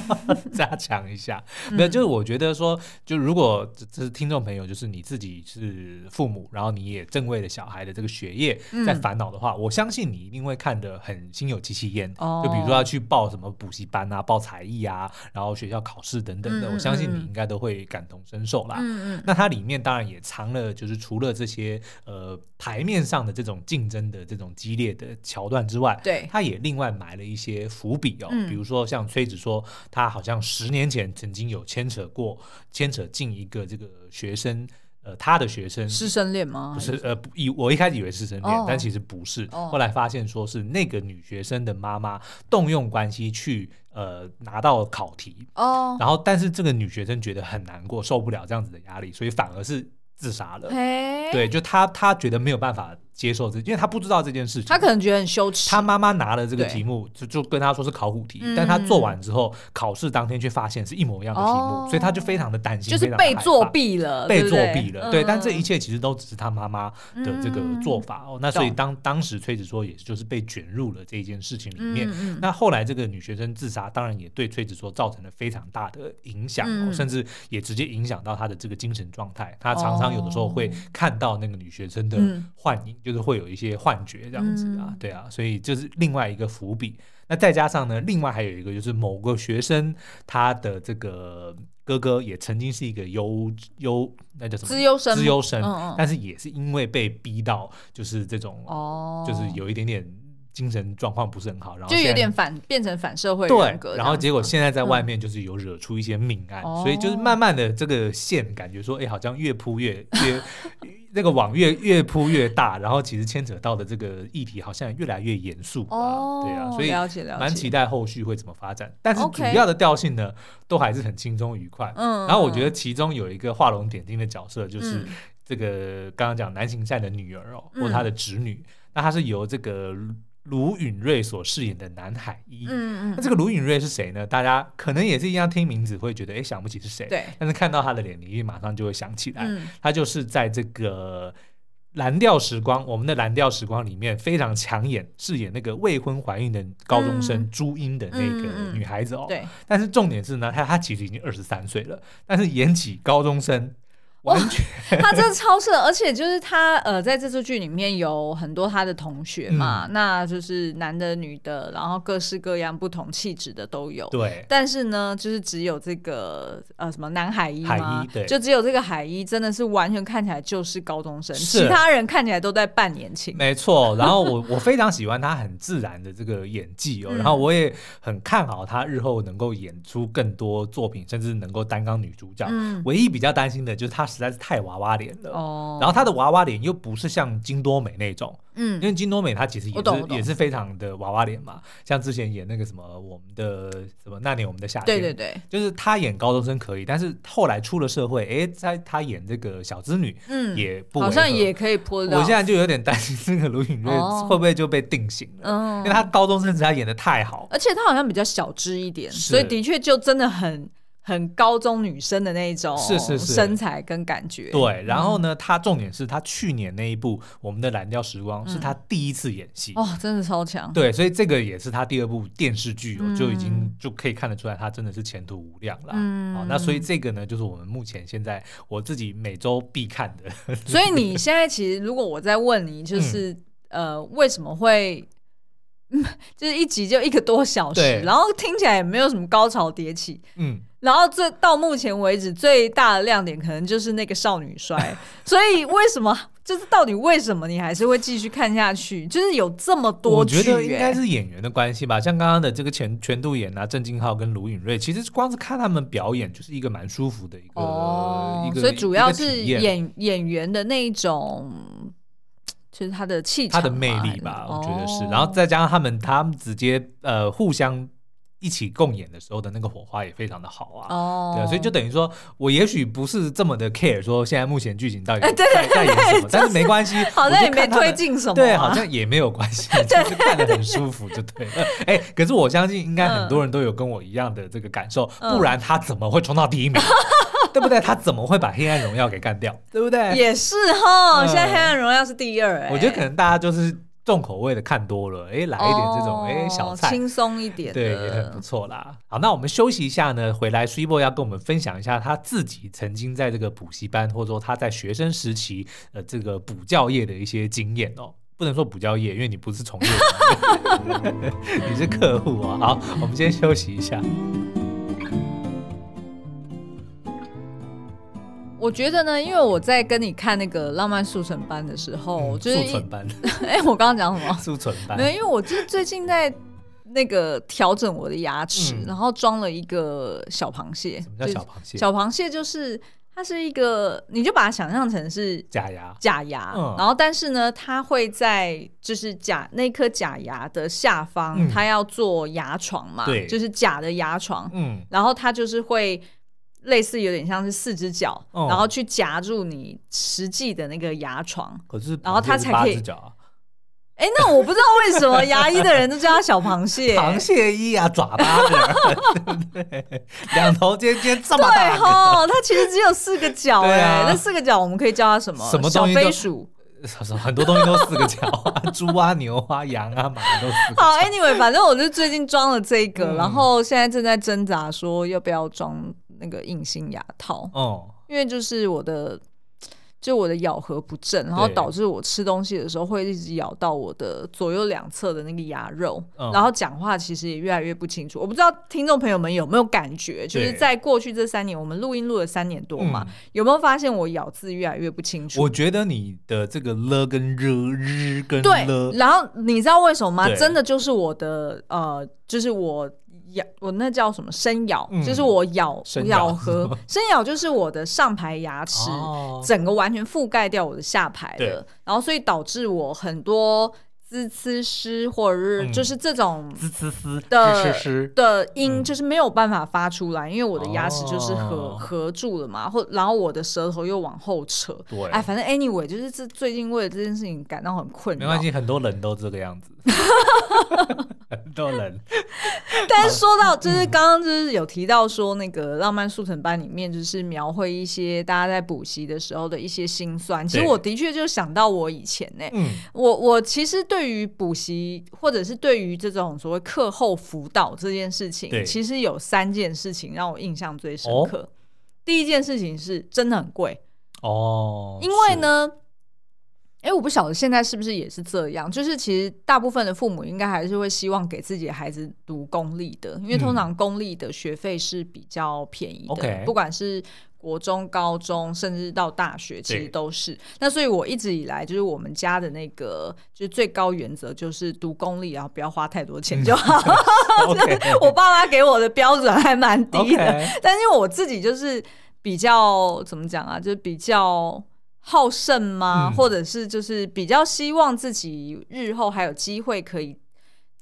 [SPEAKER 1] [LAUGHS] 加强一下？
[SPEAKER 2] 嗯
[SPEAKER 1] 没有，就是我觉得说，就如果这这是听众朋友，就是你自己是父母，然后你也正为了小孩的这个学业在
[SPEAKER 2] 嗯
[SPEAKER 1] 烦恼的话，我相信你一定会看得很心有戚戚焉。
[SPEAKER 2] 哦
[SPEAKER 1] 就比如说要去报什么补习班啊、报才艺啊，然后学校考试等等的，
[SPEAKER 2] 嗯嗯
[SPEAKER 1] 我相信
[SPEAKER 2] 嗯
[SPEAKER 1] 你应该都会感同身受啦。
[SPEAKER 2] 嗯嗯
[SPEAKER 1] 那它里面当然也藏了，就是除了这些呃台面上的这种竞争的这种激烈的桥段之外，
[SPEAKER 2] 对
[SPEAKER 1] 它也另外埋了一些伏笔哦，
[SPEAKER 2] 嗯
[SPEAKER 1] 比如说像崔子说，他好像十年前曾经有牵扯过，牵扯进一个这个学生，呃，他的学生
[SPEAKER 2] 师生恋吗？
[SPEAKER 1] 不是呃，不以我一开始以为是生恋，
[SPEAKER 2] 哦
[SPEAKER 1] 但其实不是。
[SPEAKER 2] 哦
[SPEAKER 1] 后来发现说是那个女学生的妈妈动用关系去呃拿到考题，
[SPEAKER 2] 哦，
[SPEAKER 1] 然后但是这个女学生觉得很难过，受不了这样子的压力，所以反而是自杀了。
[SPEAKER 2] 嘿，
[SPEAKER 1] 对，就她她觉得没有办法接受这，因为她不知道这件事情。
[SPEAKER 2] 他可能觉得很羞耻，
[SPEAKER 1] 她妈妈拿了这个
[SPEAKER 2] 对
[SPEAKER 1] 题目，就就跟她说是考古题，
[SPEAKER 2] 嗯
[SPEAKER 1] 但她做完之后，考试当天却发现是一模一样的题目，
[SPEAKER 2] 哦
[SPEAKER 1] 所以她就非常的担心，
[SPEAKER 2] 就是
[SPEAKER 1] 非常地
[SPEAKER 2] 被
[SPEAKER 1] 害
[SPEAKER 2] 作
[SPEAKER 1] 怕
[SPEAKER 2] 弊了，
[SPEAKER 1] 被
[SPEAKER 2] 对不
[SPEAKER 1] 作
[SPEAKER 2] 对
[SPEAKER 1] 弊了，对，但这一
[SPEAKER 2] 嗯
[SPEAKER 1] 切其实都只是他妈妈的这个做法哦。那所以
[SPEAKER 2] 懂
[SPEAKER 1] 当当时崔子说，也就是被卷入了这一件事情里面。
[SPEAKER 2] 嗯嗯
[SPEAKER 1] 那后来这个女学生自杀，当然也对崔子说造成了非常大的影响、哦，
[SPEAKER 2] 嗯
[SPEAKER 1] 甚至也直接影响到她的这个精神状态。她常常有的时候会
[SPEAKER 2] 哦
[SPEAKER 1] 看到那个女学生的
[SPEAKER 2] 嗯
[SPEAKER 1] 幻影，就是会有一些幻觉这样子啊，
[SPEAKER 2] 嗯
[SPEAKER 1] 对啊，所以就是另外一个伏笔。那再加上呢，另外还有一个就是某个学生他的这个哥哥也曾经是一个优优那叫什么
[SPEAKER 2] 资优生
[SPEAKER 1] 资优生，
[SPEAKER 2] 嗯嗯
[SPEAKER 1] 但是也是因为被逼到就是这种、
[SPEAKER 2] 哦，
[SPEAKER 1] 就是有一点点精神状况不是很好，然后
[SPEAKER 2] 就有
[SPEAKER 1] 现在
[SPEAKER 2] 点反变成反社会人格
[SPEAKER 1] 对，
[SPEAKER 2] 这样子，嗯
[SPEAKER 1] 然后结果现在在外面就是有惹出一些命案，
[SPEAKER 2] 哦
[SPEAKER 1] 所以就是慢慢的这个线感觉说，哎，好像越铺越
[SPEAKER 2] [LAUGHS]
[SPEAKER 1] 越那个网越越铺越大，然后其实牵扯到的这个议题好像越来越严肃啊，
[SPEAKER 2] 哦，
[SPEAKER 1] 对啊，所以
[SPEAKER 2] 了解了解，
[SPEAKER 1] 蛮期
[SPEAKER 2] 待，
[SPEAKER 1] 待后续会怎么发展。但是主
[SPEAKER 2] OK
[SPEAKER 1] 要的调性呢，都还是很轻松愉快。
[SPEAKER 2] 嗯，
[SPEAKER 1] 然后我觉得其中有一个画龙点睛的角色，就是
[SPEAKER 2] 嗯
[SPEAKER 1] 这个刚刚讲南行善的女儿哦，
[SPEAKER 2] 嗯
[SPEAKER 1] 或她的侄女，那她是由这个卢允瑞所饰演的南海一。
[SPEAKER 2] 嗯嗯
[SPEAKER 1] 那
[SPEAKER 2] 嗯，
[SPEAKER 1] 这个卢允瑞是谁呢？大家可能也是一样，听名字会觉得哎想不起是谁，
[SPEAKER 2] 对，
[SPEAKER 1] 但是看到她的脸，你一马上就会想起来。
[SPEAKER 2] 嗯
[SPEAKER 1] 他就是在这个《蓝调时光》我们的《蓝调时光》里面非常抢眼，饰演那个未婚怀孕的高中生
[SPEAKER 2] 嗯
[SPEAKER 1] 朱茵的那
[SPEAKER 2] 嗯
[SPEAKER 1] 个
[SPEAKER 2] 嗯
[SPEAKER 1] 女孩子哦。
[SPEAKER 2] 对，
[SPEAKER 1] 但是重点是呢，她她其实已经二十三岁了，但是演起高中生完全、
[SPEAKER 2] [LAUGHS] 他真的超适合，而且就是他呃，在这出剧里面有很多他的同学
[SPEAKER 1] 嗯
[SPEAKER 2] 嘛，那就是男的、女的，然后各式各样不同气质的都有。
[SPEAKER 1] 对。
[SPEAKER 2] 但是呢，就是只有这个呃什么南海一嘛，
[SPEAKER 1] 海一对
[SPEAKER 2] 就只有这个海一真的是完全看起来就是高中生，
[SPEAKER 1] 是
[SPEAKER 2] 其他人看起来都在扮年轻。
[SPEAKER 1] 没错，然后我 [LAUGHS] 我非常喜欢她很自然的这个演技哦，
[SPEAKER 2] 嗯
[SPEAKER 1] 然后我也很看好她日后能够演出更多作品，甚至能够担纲女主角。
[SPEAKER 2] 嗯，
[SPEAKER 1] 唯一比较担心的就是她实在是太娃娃脸了，
[SPEAKER 2] 哦，
[SPEAKER 1] 然后她的娃娃脸又不是像金多美那种，因
[SPEAKER 2] 嗯，
[SPEAKER 1] 为金多美她其实也
[SPEAKER 2] 我懂我
[SPEAKER 1] 是
[SPEAKER 2] 懂
[SPEAKER 1] 也是非常的娃娃脸嘛，像之前演那个什么我们的什么那年我们的夏天，
[SPEAKER 2] 对对对，
[SPEAKER 1] 就是她演高中生可以，但是后来出了社会，哎，在她演这个小织女
[SPEAKER 2] 嗯，
[SPEAKER 1] 也不违
[SPEAKER 2] 好像
[SPEAKER 1] 和
[SPEAKER 2] 也可以泼到。
[SPEAKER 1] 我现在就有点担心这个卢允瑞
[SPEAKER 2] 哦
[SPEAKER 1] 会不会就被定型了，
[SPEAKER 2] 嗯
[SPEAKER 1] 因为她高中生实在演的太好，
[SPEAKER 2] 而且她好像比较小只一点，
[SPEAKER 1] 是
[SPEAKER 2] 所以的确就真的很很高中女生的那一种
[SPEAKER 1] 是是是
[SPEAKER 2] 身材跟感觉。
[SPEAKER 1] 对，然后呢，她重点是她去年那一部《我们的蓝调时
[SPEAKER 2] 嗯
[SPEAKER 1] 光》是她第一次演戏，
[SPEAKER 2] 哦，真的超强。
[SPEAKER 1] 对，所以这个也是他第二部电视剧、哦，就已经
[SPEAKER 2] 嗯
[SPEAKER 1] 就可以看得出来，他真的是前途无量啦。
[SPEAKER 2] 嗯
[SPEAKER 1] 好，那所以这个呢，就是我们目前现在我自己每周必看的。
[SPEAKER 2] 所以你现在其实，如果我在问你，就是、
[SPEAKER 1] 嗯
[SPEAKER 2] 呃，为什么会？ [LAUGHS] 就是一集就一个多小时
[SPEAKER 1] 对，
[SPEAKER 2] 然后听起来也没有什么高潮迭起，
[SPEAKER 1] 嗯，
[SPEAKER 2] 然后这到目前为止最大的亮点可能就是那个少
[SPEAKER 1] [LAUGHS]
[SPEAKER 2] 女衰，所以为什么就是到底为什么你还是会继续看下去？就是有这么多
[SPEAKER 1] 我
[SPEAKER 2] 剧、欸，
[SPEAKER 1] 觉得应该是演员的关系吧，像刚刚的这个全全度妍啊、郑敬浩跟卢允瑞，其实光是看他们表演就是一个蛮舒服的一个、
[SPEAKER 2] 哦
[SPEAKER 1] 呃一，个，
[SPEAKER 2] 所以主要
[SPEAKER 1] 一个
[SPEAKER 2] 是
[SPEAKER 1] 体验
[SPEAKER 2] 演演员的那一种，就是他的气
[SPEAKER 1] 他
[SPEAKER 2] 场
[SPEAKER 1] 的
[SPEAKER 2] 嘛、
[SPEAKER 1] 魅力吧，我觉得是。
[SPEAKER 2] 哦
[SPEAKER 1] 然后再加上他们他们直接呃互相一起共演的时候的那个火花也非常的好啊。
[SPEAKER 2] 哦，
[SPEAKER 1] 对啊，所以就等于说，我也许不是这么的 care 说现在目前剧情到底
[SPEAKER 2] 哎对
[SPEAKER 1] 在在演
[SPEAKER 2] [LAUGHS]
[SPEAKER 1] 什么，但是没关系，
[SPEAKER 2] 好
[SPEAKER 1] 我
[SPEAKER 2] 像
[SPEAKER 1] 就
[SPEAKER 2] 也没
[SPEAKER 1] 看他们
[SPEAKER 2] 推进什么啊、
[SPEAKER 1] 对，好像也没有关
[SPEAKER 2] [LAUGHS]
[SPEAKER 1] 系，就是看得很舒服就对了。哎、可是我相信应该很多人都有跟我一样的这个感受，
[SPEAKER 2] 嗯
[SPEAKER 1] 不然他怎么会冲到第一名？ [LAUGHS] 对不对？他怎么会把《黑暗荣耀》给干掉？对不对？
[SPEAKER 2] 也是哈。
[SPEAKER 1] 嗯
[SPEAKER 2] 现在《黑暗荣耀》是第二、哎，
[SPEAKER 1] 我觉得可能大家就是重口味的看多了，哎，来一点这种哎、
[SPEAKER 2] 哦
[SPEAKER 1] 小菜。
[SPEAKER 2] 轻松一点的，
[SPEAKER 1] 对，也很不错啦。好，那我们休息一下呢，回来 s u b o 要跟我们分享一下他自己曾经在这个补习班，或者说他在学生时期呃这个补教业的一些经验哦。不能说补教业，因为你不是从业者，你是客户啊。好，我们先休息一下。
[SPEAKER 2] 我觉得呢，因为我在跟你看那个《浪漫速成班》的时候，就
[SPEAKER 1] 嗯
[SPEAKER 2] 是
[SPEAKER 1] 速
[SPEAKER 2] 一
[SPEAKER 1] 存班，
[SPEAKER 2] [LAUGHS] 哎、我刚刚讲什么？
[SPEAKER 1] 速存班
[SPEAKER 2] 没，有，因为我就是最近在那个调整我的牙齿，
[SPEAKER 1] 嗯
[SPEAKER 2] 然后装了一个小螃蟹。
[SPEAKER 1] 什么叫
[SPEAKER 2] 就是
[SPEAKER 1] 小螃蟹？
[SPEAKER 2] 小螃蟹就是它是一个，你就把它想象成是
[SPEAKER 1] 假牙。
[SPEAKER 2] 假牙，
[SPEAKER 1] 嗯
[SPEAKER 2] 然后但是呢，它会在就是假那颗假牙的下方，
[SPEAKER 1] 嗯
[SPEAKER 2] 它要做牙床嘛，
[SPEAKER 1] 对
[SPEAKER 2] 就是假的牙床，
[SPEAKER 1] 嗯，
[SPEAKER 2] 然后它就是会。类似有点像是四只脚，
[SPEAKER 1] 哦
[SPEAKER 2] 然后去夹住你实际的那个牙床。
[SPEAKER 1] 可是
[SPEAKER 2] 然后它
[SPEAKER 1] 螃蟹是
[SPEAKER 2] 才
[SPEAKER 1] 八
[SPEAKER 2] 可以
[SPEAKER 1] 只脚啊
[SPEAKER 2] 哎、那我不知道为什么牙医的人都叫它小螃
[SPEAKER 1] [LAUGHS]
[SPEAKER 2] 蟹，
[SPEAKER 1] 螃蟹一啊，爪八个， [LAUGHS] 对不对？两头尖尖这么
[SPEAKER 2] 对
[SPEAKER 1] 大个，
[SPEAKER 2] 吼，它其实只有四个脚
[SPEAKER 1] 对
[SPEAKER 2] 哎、
[SPEAKER 1] 啊
[SPEAKER 2] 那四个脚我们可以叫它什么？
[SPEAKER 1] 什么
[SPEAKER 2] 小
[SPEAKER 1] 东西都
[SPEAKER 2] 飞鼠。
[SPEAKER 1] [LAUGHS] 很多东西都四个脚啊， [LAUGHS] 猪啊、牛啊、羊啊、马啊都四个
[SPEAKER 2] 好
[SPEAKER 1] 脚。
[SPEAKER 2] ，Anyway，反正我就最近装了这个，
[SPEAKER 1] 嗯
[SPEAKER 2] 然后现在正在挣扎说要不要装那个隐形牙套，
[SPEAKER 1] 哦，
[SPEAKER 2] 因为就是我的。就我的咬合不正，然后导致我吃东西的时候会一直咬到我的左右两侧的那个牙肉，
[SPEAKER 1] 嗯
[SPEAKER 2] 然后讲话其实也越来越不清楚。我不知道听众朋友们有没有感觉，就是
[SPEAKER 1] 对
[SPEAKER 2] 在过去这三年，我们录音录了三年多嘛，
[SPEAKER 1] 嗯
[SPEAKER 2] 有没有发现我咬字越来越不清楚？
[SPEAKER 1] 我觉得你的这个了跟热日跟
[SPEAKER 2] 对，
[SPEAKER 1] 了，
[SPEAKER 2] 然后你知道为什么吗？
[SPEAKER 1] 对
[SPEAKER 2] 真的就是我的呃，就是我咬我那叫什么深咬，
[SPEAKER 1] 嗯
[SPEAKER 2] 就是我咬
[SPEAKER 1] 深咬
[SPEAKER 2] 咬
[SPEAKER 1] [LAUGHS]
[SPEAKER 2] 合深咬，就是我的上排牙齿、
[SPEAKER 1] 哦
[SPEAKER 2] 整个完全覆盖掉我的下排
[SPEAKER 1] 对
[SPEAKER 2] 了，然后所以导致我很多滋呲湿或者是
[SPEAKER 1] 嗯
[SPEAKER 2] 就是这种
[SPEAKER 1] 滋滋滋
[SPEAKER 2] 的
[SPEAKER 1] 吱吱吱，
[SPEAKER 2] 的音
[SPEAKER 1] 嗯
[SPEAKER 2] 就是没有办法发出来，因为我的牙齿就是合、
[SPEAKER 1] 哦
[SPEAKER 2] 合住了嘛，或然后我的舌头又往后扯。
[SPEAKER 1] 对
[SPEAKER 2] 哎，反正 anyway，就是这最近为了这件事情感到很困
[SPEAKER 1] 没
[SPEAKER 2] 扰。
[SPEAKER 1] 关系，很多人都这个样
[SPEAKER 2] [LAUGHS]
[SPEAKER 1] 子，很多人
[SPEAKER 2] 但是说到，就是刚刚就是有提到说，那个《浪漫速成班》里面就是描绘一些大家在补习的时候的一些辛酸。其实
[SPEAKER 1] 对
[SPEAKER 2] 我的确就想到我以前呢、
[SPEAKER 1] 嗯
[SPEAKER 2] 我我其实对于补习或者是对于这种所谓课后辅导这件事情
[SPEAKER 1] 对，
[SPEAKER 2] 其实有三件事情让我印象最深
[SPEAKER 1] 哦
[SPEAKER 2] 刻。第一件事情是真的很贵，
[SPEAKER 1] 哦，
[SPEAKER 2] 因为呢，哎、我不晓得现在是不是也是这样，就是其实大部分的父母应该还是会希望给自己的孩子读公立的，因为通
[SPEAKER 1] 嗯
[SPEAKER 2] 常公立的学费是比较便宜的，
[SPEAKER 1] OK
[SPEAKER 2] 不管是。国中、高中，甚至到大学，其
[SPEAKER 1] 对
[SPEAKER 2] 实都是。那所以，我一直以来就是我们家的那个，就是最高原则就是读公立，然后不要花太多钱 [LAUGHS] 就好。
[SPEAKER 1] [LAUGHS] 是 OK
[SPEAKER 2] 我爸妈给我的标准还蛮低的 [LAUGHS]
[SPEAKER 1] OK
[SPEAKER 2] 但因为我自己就是比较怎么讲啊，就是比较好胜嘛，
[SPEAKER 1] 嗯
[SPEAKER 2] 或者是就是比较希望自己日后还有机会可以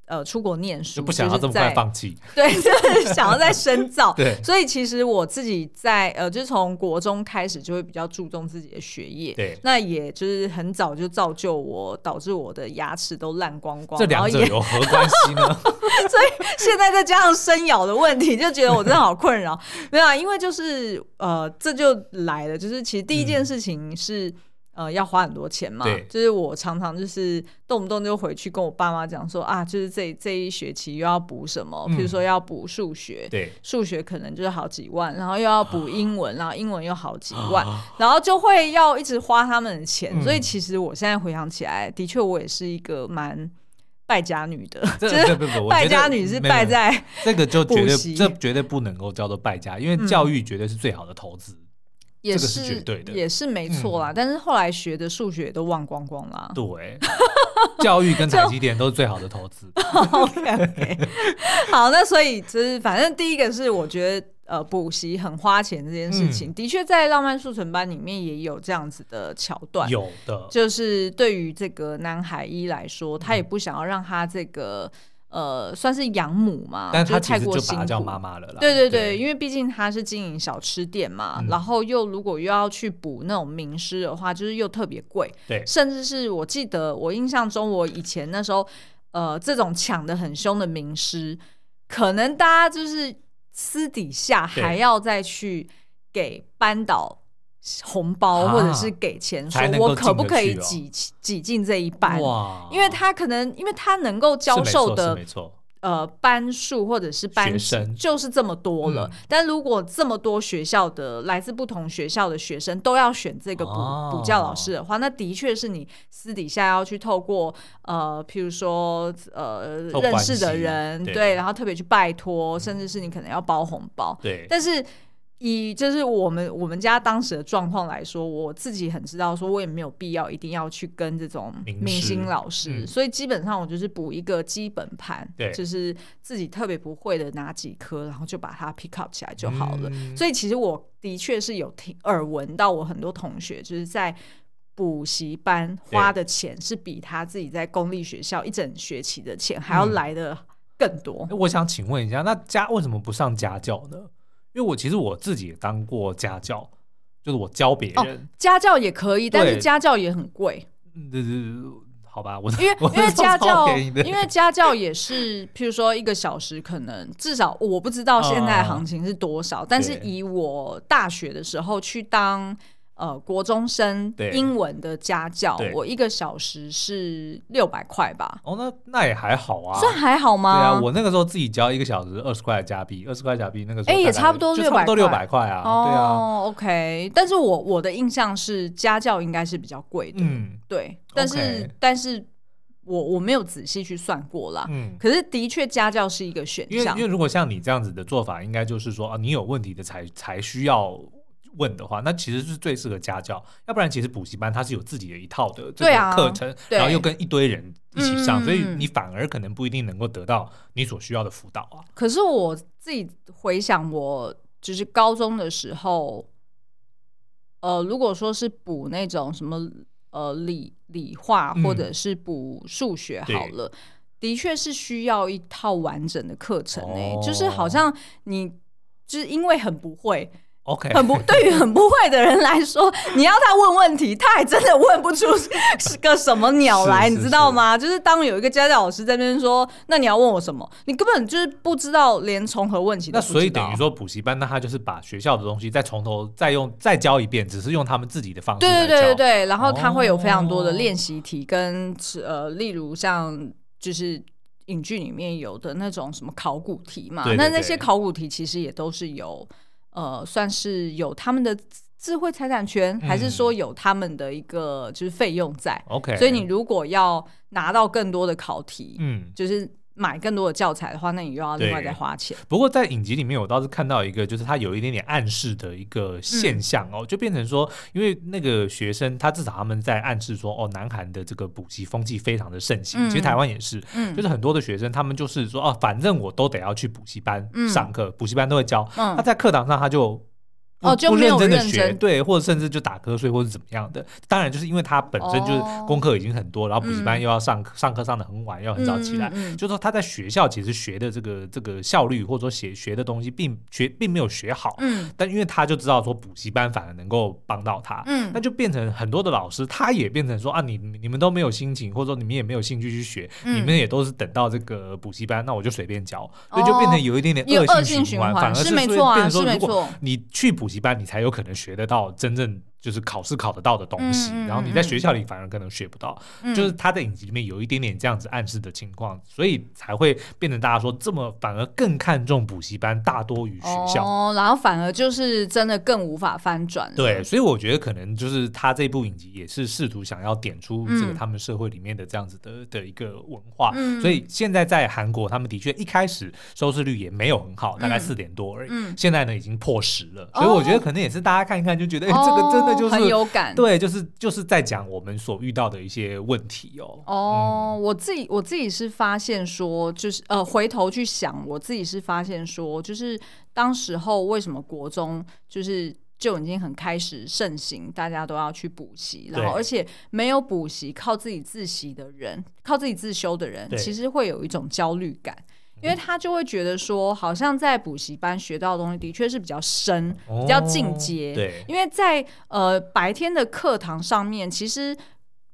[SPEAKER 2] 呃出国念书，
[SPEAKER 1] 就不想要这么
[SPEAKER 2] 就是
[SPEAKER 1] 快
[SPEAKER 2] 在
[SPEAKER 1] 放弃，
[SPEAKER 2] 对，就是 [LAUGHS] 想要再深造。
[SPEAKER 1] 对
[SPEAKER 2] 所以其实我自己在呃，就是从国中开始就会比较注重自己的学业。
[SPEAKER 1] 对，
[SPEAKER 2] [LAUGHS] 那也就是很早就造就我，导致我的牙齿都烂光光，
[SPEAKER 1] 这
[SPEAKER 2] 然后
[SPEAKER 1] 两者
[SPEAKER 2] 也
[SPEAKER 1] 有何关系呢？ [LAUGHS]
[SPEAKER 2] 现在再加上生咬的问题，就觉得我真的好困扰。 [LAUGHS] 没有啊，因为就是呃，这就来了，就是其实第一件事情是。呃，要花很多钱
[SPEAKER 1] 嗯
[SPEAKER 2] 嘛
[SPEAKER 1] 对，
[SPEAKER 2] 就是我常常就是动不动就回去跟我爸妈讲说啊，就是这这一学期又要补什么，
[SPEAKER 1] 嗯
[SPEAKER 2] 比如说要补数学，
[SPEAKER 1] 对，
[SPEAKER 2] [LAUGHS] 数学可能就是好几万，然后又要补
[SPEAKER 1] [GASPS]
[SPEAKER 2] 英文，然后英文又好几
[SPEAKER 1] [LAUGHS]
[SPEAKER 2] 万，
[SPEAKER 1] 啊
[SPEAKER 2] 然后就会要一直花他们的钱，
[SPEAKER 1] 嗯
[SPEAKER 2] 所以其实我现在回想起来，的确我也是一个蛮败家女的，
[SPEAKER 1] 这
[SPEAKER 2] [LAUGHS] 就是
[SPEAKER 1] 不不，我
[SPEAKER 2] 败
[SPEAKER 1] 觉得
[SPEAKER 2] 家女是
[SPEAKER 1] 没有没
[SPEAKER 2] 败
[SPEAKER 1] 有
[SPEAKER 2] 在
[SPEAKER 1] 这个就
[SPEAKER 2] 补
[SPEAKER 1] 绝对
[SPEAKER 2] 习
[SPEAKER 1] 这绝对不能够叫做败家，因为
[SPEAKER 2] 嗯
[SPEAKER 1] 教育绝对是最好的投资。
[SPEAKER 2] 也
[SPEAKER 1] 这个是绝对的嗯
[SPEAKER 2] 也是没错啦。但是后来学的数学都忘光光 [LAUGHS] 啦。
[SPEAKER 1] 对， [LAUGHS] 教育跟台积电都是最好的投
[SPEAKER 2] [LAUGHS]
[SPEAKER 1] 资。
[SPEAKER 2] OK OK，好，那所以就是反正第一个是我觉得。呃，补习很花钱这件事情，
[SPEAKER 1] 嗯
[SPEAKER 2] 的确在浪漫速成班里面也有这样子的桥段，
[SPEAKER 1] 有的，
[SPEAKER 2] 就是对于这个南海一来说，他也不想要让他这个呃算是养母嘛，
[SPEAKER 1] 但
[SPEAKER 2] 就是
[SPEAKER 1] 他其
[SPEAKER 2] 太
[SPEAKER 1] 实
[SPEAKER 2] 过
[SPEAKER 1] 就
[SPEAKER 2] 辛
[SPEAKER 1] 把
[SPEAKER 2] 苦。
[SPEAKER 1] 它叫妈妈了啦。
[SPEAKER 2] 对对对，
[SPEAKER 1] 啊对，
[SPEAKER 2] 因为毕竟他是经营小吃店嘛，
[SPEAKER 1] 嗯
[SPEAKER 2] 然后又如果又要去补那种名师的话，就是又特别贵，
[SPEAKER 1] 对
[SPEAKER 2] 甚至是我记得我印象中，我以前那时候呃这种抢的很凶的名师，可能大家就是私底下
[SPEAKER 1] 对
[SPEAKER 2] 还要再去给班导。红包
[SPEAKER 1] 啊
[SPEAKER 2] 或者是给钱，说
[SPEAKER 1] 才能够
[SPEAKER 2] 我可不可以
[SPEAKER 1] 进得去哦
[SPEAKER 2] 挤挤进这一班？
[SPEAKER 1] 哇，
[SPEAKER 2] 因为他可能，因为他能够
[SPEAKER 1] 是
[SPEAKER 2] 教
[SPEAKER 1] 没
[SPEAKER 2] 授
[SPEAKER 1] 错
[SPEAKER 2] 的
[SPEAKER 1] 是没错，
[SPEAKER 2] 呃班数或者是班
[SPEAKER 1] 学
[SPEAKER 2] 级
[SPEAKER 1] 生嗯
[SPEAKER 2] 就是这么多了。但如果这么多学校的来自不同学校的学生都要选这个补、
[SPEAKER 1] 哦
[SPEAKER 2] 补教老师的话，那的确是你私底下要去透过呃，譬如说呃
[SPEAKER 1] 透
[SPEAKER 2] 认
[SPEAKER 1] 关
[SPEAKER 2] 识的
[SPEAKER 1] 系
[SPEAKER 2] 人
[SPEAKER 1] 对嗯
[SPEAKER 2] 对，然后特别去拜托，甚至是你可能要包红包。
[SPEAKER 1] 对，
[SPEAKER 2] 但是以就是我们我们家当时的状况来说，我自己很知道，说我也没有必要一定要去跟这种
[SPEAKER 1] 名
[SPEAKER 2] 明星
[SPEAKER 1] 师
[SPEAKER 2] 老师，
[SPEAKER 1] 嗯
[SPEAKER 2] 所以基本上我就是补一个基本盘，
[SPEAKER 1] 对
[SPEAKER 2] 就是自己特别不会的哪几科，然后就把它 pick up 起来就好了。
[SPEAKER 1] 嗯
[SPEAKER 2] 所以其实我的确是有听耳闻到我很多同学就是在。补习班花的钱是比他自己在公立学校一整学期的钱还要
[SPEAKER 1] 嗯
[SPEAKER 2] 来的更多。
[SPEAKER 1] 我想请问一下，那家为什么不上家教呢？因为我其实我自己也当过家教，就是我教别
[SPEAKER 2] 哦
[SPEAKER 1] 人。
[SPEAKER 2] 家教也可以，但是
[SPEAKER 1] 对
[SPEAKER 2] 家教也很贵。
[SPEAKER 1] 嗯对对对，好吧， [LAUGHS] 我
[SPEAKER 2] 因为
[SPEAKER 1] 我
[SPEAKER 2] 因为家教，
[SPEAKER 1] 因
[SPEAKER 2] 因为家教也是，譬如说一个小时，可能至少我不知道现在行情是多少，但是
[SPEAKER 1] 嗯对
[SPEAKER 2] 以我大学的时候去当呃国中生
[SPEAKER 1] 对
[SPEAKER 2] 英文的家教
[SPEAKER 1] 对，
[SPEAKER 2] 我一个小时是六百块吧，
[SPEAKER 1] 哦，那那也还好啊。
[SPEAKER 2] 算还好
[SPEAKER 1] 对
[SPEAKER 2] 吗？
[SPEAKER 1] 啊，我那个时候自己教一个小时二十块加币，二十块加币那个时候
[SPEAKER 2] 哎也
[SPEAKER 1] 大概
[SPEAKER 2] 差不多
[SPEAKER 1] 就差不多六
[SPEAKER 2] 600
[SPEAKER 1] 百块啊，对啊，
[SPEAKER 2] 哦、o k 但是我我的印象是家教应该是比较贵的，
[SPEAKER 1] 嗯
[SPEAKER 2] 对，但是、
[SPEAKER 1] OK
[SPEAKER 2] 但是我我没有仔细去算过啦。
[SPEAKER 1] 嗯。
[SPEAKER 2] 可是的确，家教是一个选
[SPEAKER 1] 因为
[SPEAKER 2] 项
[SPEAKER 1] 因为。如果像你这样子的做法，应该就是说啊，你有问题的才才需要问的话，那其实是最适合家教。要不然，其实补习班它是有自己的一套的这
[SPEAKER 2] 对啊
[SPEAKER 1] 个课程，
[SPEAKER 2] 对
[SPEAKER 1] 然后又跟一堆人一起上，
[SPEAKER 2] 嗯
[SPEAKER 1] 所以你反而可能不一定能够得到你所需要的辅导啊。
[SPEAKER 2] 可是我自己回想，我就是高中的时候，呃，如果说是补那种什么呃理理化
[SPEAKER 1] 嗯
[SPEAKER 2] 或者是补数学好了，的确是需要一套完整的课程诶、
[SPEAKER 1] 哦
[SPEAKER 2] 就是好像你。就是因为很不会，
[SPEAKER 1] OK，[LAUGHS]
[SPEAKER 2] 很不对于很不会的人来说，你要他问问题，他还真的问不出是个什么鸟来，
[SPEAKER 1] 是是
[SPEAKER 2] 你知道吗？就是当有一个家教老师在那边说，那你要问我什么，你根本就是不知道，连从何问起都
[SPEAKER 1] 那
[SPEAKER 2] 不知道。
[SPEAKER 1] 所以等于，说补习班，那他就是把学校的东西再从头再用再教一遍，只是用他们自己的方式
[SPEAKER 2] 对
[SPEAKER 1] 来
[SPEAKER 2] 对
[SPEAKER 1] 教。
[SPEAKER 2] 对对对，然后他会有非常多的
[SPEAKER 1] 哦
[SPEAKER 2] 练习题跟呃，例如像就是。影剧里面有的那种什么考古题嘛，
[SPEAKER 1] 对对
[SPEAKER 2] 那那
[SPEAKER 1] 对
[SPEAKER 2] 些考古题其实也都是有，呃，算是有他们的智慧财产权，
[SPEAKER 1] 嗯
[SPEAKER 2] 还是说有他们的一个就是费用在，
[SPEAKER 1] OK，
[SPEAKER 2] 所以你如果要拿到更多的考题，
[SPEAKER 1] 嗯，
[SPEAKER 2] 就是买更多的教材的话，那你又要另外
[SPEAKER 1] 对
[SPEAKER 2] 再花
[SPEAKER 1] [LAUGHS]
[SPEAKER 2] 钱。
[SPEAKER 1] 不过在影集里面，我倒是看到一个，就是它有一点点暗示的一个现象
[SPEAKER 2] 嗯
[SPEAKER 1] 哦，就变成说，因为那个学生他至少他们在暗示说，哦，南韩的这个补习风气非常的盛行，
[SPEAKER 2] 嗯
[SPEAKER 1] 其实台湾也是，
[SPEAKER 2] 嗯
[SPEAKER 1] 就是很多的学生他们就是说，哦，反正我都得要去补习班
[SPEAKER 2] 嗯
[SPEAKER 1] 上课，补习班都会教， [LAUGHS] 他
[SPEAKER 2] 嗯，
[SPEAKER 1] 在课堂上他就。不
[SPEAKER 2] 哦就
[SPEAKER 1] 不
[SPEAKER 2] 没有
[SPEAKER 1] 认真的
[SPEAKER 2] 认
[SPEAKER 1] 学，
[SPEAKER 2] 真
[SPEAKER 1] 对，或者甚至就打瞌睡，或者怎么样的。当然，就是因为他本身就是
[SPEAKER 2] 哦
[SPEAKER 1] 功课已经很多，然后补习班
[SPEAKER 2] 嗯
[SPEAKER 1] 又要上课，上课上的很晚，又很早起来，
[SPEAKER 2] 嗯嗯嗯
[SPEAKER 1] 就是说他在学校其实学的这个这个效率，或者说学学的东西并学并没有学好，
[SPEAKER 2] 嗯
[SPEAKER 1] 但因为他就知道说补习班反而能够帮到他，
[SPEAKER 2] 嗯
[SPEAKER 1] 那就变成很多的老师他也变成说啊，你你们都没有心情，或者说你们也没有兴趣去学，
[SPEAKER 2] 嗯
[SPEAKER 1] 你们也都是等到这个补习班，那我就随便教，
[SPEAKER 2] 哦
[SPEAKER 1] 所以就变成有一点点
[SPEAKER 2] 有恶
[SPEAKER 1] 性
[SPEAKER 2] 性
[SPEAKER 1] 循
[SPEAKER 2] 循
[SPEAKER 1] 环，
[SPEAKER 2] 环
[SPEAKER 1] 反而
[SPEAKER 2] 是
[SPEAKER 1] 所以
[SPEAKER 2] 没错啊
[SPEAKER 1] 变成
[SPEAKER 2] 是
[SPEAKER 1] 说
[SPEAKER 2] 没
[SPEAKER 1] 如果
[SPEAKER 2] 错
[SPEAKER 1] 你去补习班，你才有可能学得到真正。就是考试考得到的东西，
[SPEAKER 2] 嗯嗯
[SPEAKER 1] 然后你在学校里反而可能学不到。
[SPEAKER 2] 嗯
[SPEAKER 1] 就是他在影集里面有一点点这样子暗示的情况，所以才会变成大家说这么反而更看重补习班大多于学校。
[SPEAKER 2] 哦，然后反而就是真的更无法翻转了。哦
[SPEAKER 1] 对，所以我觉得可能就是他这部影集也是试图想要点出这个
[SPEAKER 2] 嗯
[SPEAKER 1] 他们社会里面的这样子的的一个文化，
[SPEAKER 2] 嗯
[SPEAKER 1] 所以现在在韩国，他们的确一开始收视率也没有很好，大概
[SPEAKER 2] 嗯
[SPEAKER 1] 四点多而已，
[SPEAKER 2] 嗯
[SPEAKER 1] 现在呢已经破十了，所以我觉得可能也是大家看一看就觉得，哎、这个真的就
[SPEAKER 2] 哦很
[SPEAKER 1] 是、
[SPEAKER 2] 有感。
[SPEAKER 1] 对，就是就是在讲我们所遇到的一些问题哦。
[SPEAKER 2] 哦，我自己我自己是发现说，就是呃，回头去想，我自己是发现说，就是当时候为什么国中就是就已经很开始盛行，大家都要去补习，然后
[SPEAKER 1] 对
[SPEAKER 2] 而且没有补习，靠自己自习的人，靠自己自修的人，
[SPEAKER 1] 对嗯
[SPEAKER 2] 其实会有一种焦虑感。因为他就会觉得说，好像在补习班学到的东西的确是比较深、比较进阶，
[SPEAKER 1] 哦对，
[SPEAKER 2] 因为在呃白天的课堂上面，其实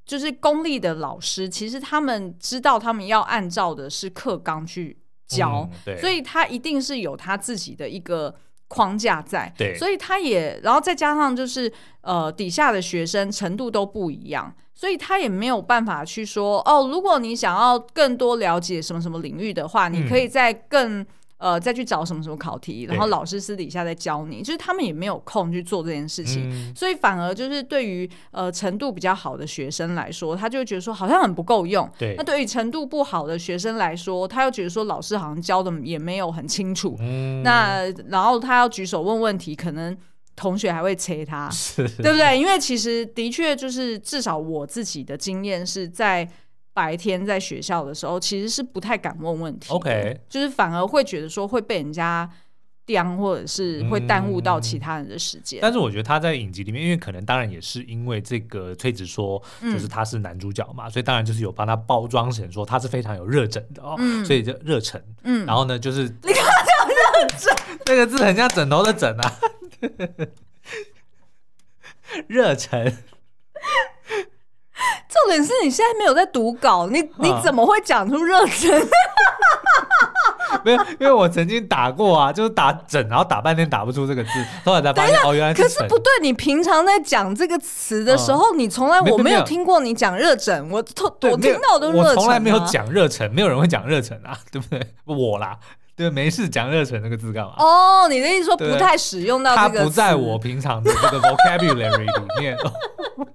[SPEAKER 2] 就是公立的老师，其实他们知道他们要按照的是课纲去教，
[SPEAKER 1] 嗯对，
[SPEAKER 2] 所
[SPEAKER 1] 以
[SPEAKER 2] 以他一定是有他自己的一个框架在。
[SPEAKER 1] 对
[SPEAKER 2] 所以他也，然后再加上就是呃底下的学生程度都不一样。所以他也没有办法去说哦，如果你想要更多了解什么什么领域的话，你可以再更呃再去找什么什么考题，然后
[SPEAKER 1] 嗯对
[SPEAKER 2] 老师私底下再教你。就是他们也没有空去做这件事情，
[SPEAKER 1] 嗯
[SPEAKER 2] 所以反而就是对于呃程度比较好的学生来说，他就会觉得说好像很不够用。
[SPEAKER 1] 对
[SPEAKER 2] 那对于程度不好的学生来说，他又觉得说老师好像教的也没有很清楚。
[SPEAKER 1] 嗯
[SPEAKER 2] 那然后他要举手问问题，可能同学还会催他，
[SPEAKER 1] 是
[SPEAKER 2] 对不对？因为其实的确就是至少我自己的经验是在。白天在学校的时候，其实是不太敢问问题的
[SPEAKER 1] OK
[SPEAKER 2] 就是反而会觉得说会被人家刁，或者是
[SPEAKER 1] 嗯
[SPEAKER 2] 会耽误到其他人的时间。
[SPEAKER 1] 但是我觉得他在影集里面，因为可能当然也是因为这个崔植说
[SPEAKER 2] 嗯
[SPEAKER 1] 就是他是男主角嘛，所以当然就是有帮他包装成说他是非常有热忱的哦，
[SPEAKER 2] 嗯
[SPEAKER 1] 所以就热忱。
[SPEAKER 2] 嗯
[SPEAKER 1] 然后呢，就是你看这样热忱那个字很像枕头的枕啊，热忱。
[SPEAKER 2] 重点是你现在没有在读稿，你你
[SPEAKER 1] 啊
[SPEAKER 2] 怎么会讲出热忱？
[SPEAKER 1] 没有，因为我曾经打过啊，就是打枕，然后打半天打不出这个字，后来才发现哦， [LAUGHS] 原来
[SPEAKER 2] 可是
[SPEAKER 1] 是
[SPEAKER 2] 不对，你平常在讲这个词的时候，你从来
[SPEAKER 1] 哦没
[SPEAKER 2] 我没
[SPEAKER 1] 没
[SPEAKER 2] 有
[SPEAKER 1] 有
[SPEAKER 2] 听过你讲热忱，我我
[SPEAKER 1] 对，
[SPEAKER 2] 我
[SPEAKER 1] 没有
[SPEAKER 2] 听到的都是热忱、
[SPEAKER 1] 我
[SPEAKER 2] 啊，
[SPEAKER 1] 从来没有。讲热忱，没有人会讲热忱啊，对不 [LAUGHS] 对？我啦，对，没事讲热忱这个字干嘛？
[SPEAKER 2] 哦，你的意思说
[SPEAKER 1] 对
[SPEAKER 2] 不太使用到
[SPEAKER 1] 它
[SPEAKER 2] 这个词？
[SPEAKER 1] 不在我，平常的这个 vocabulary 里面。
[SPEAKER 2] [LAUGHS]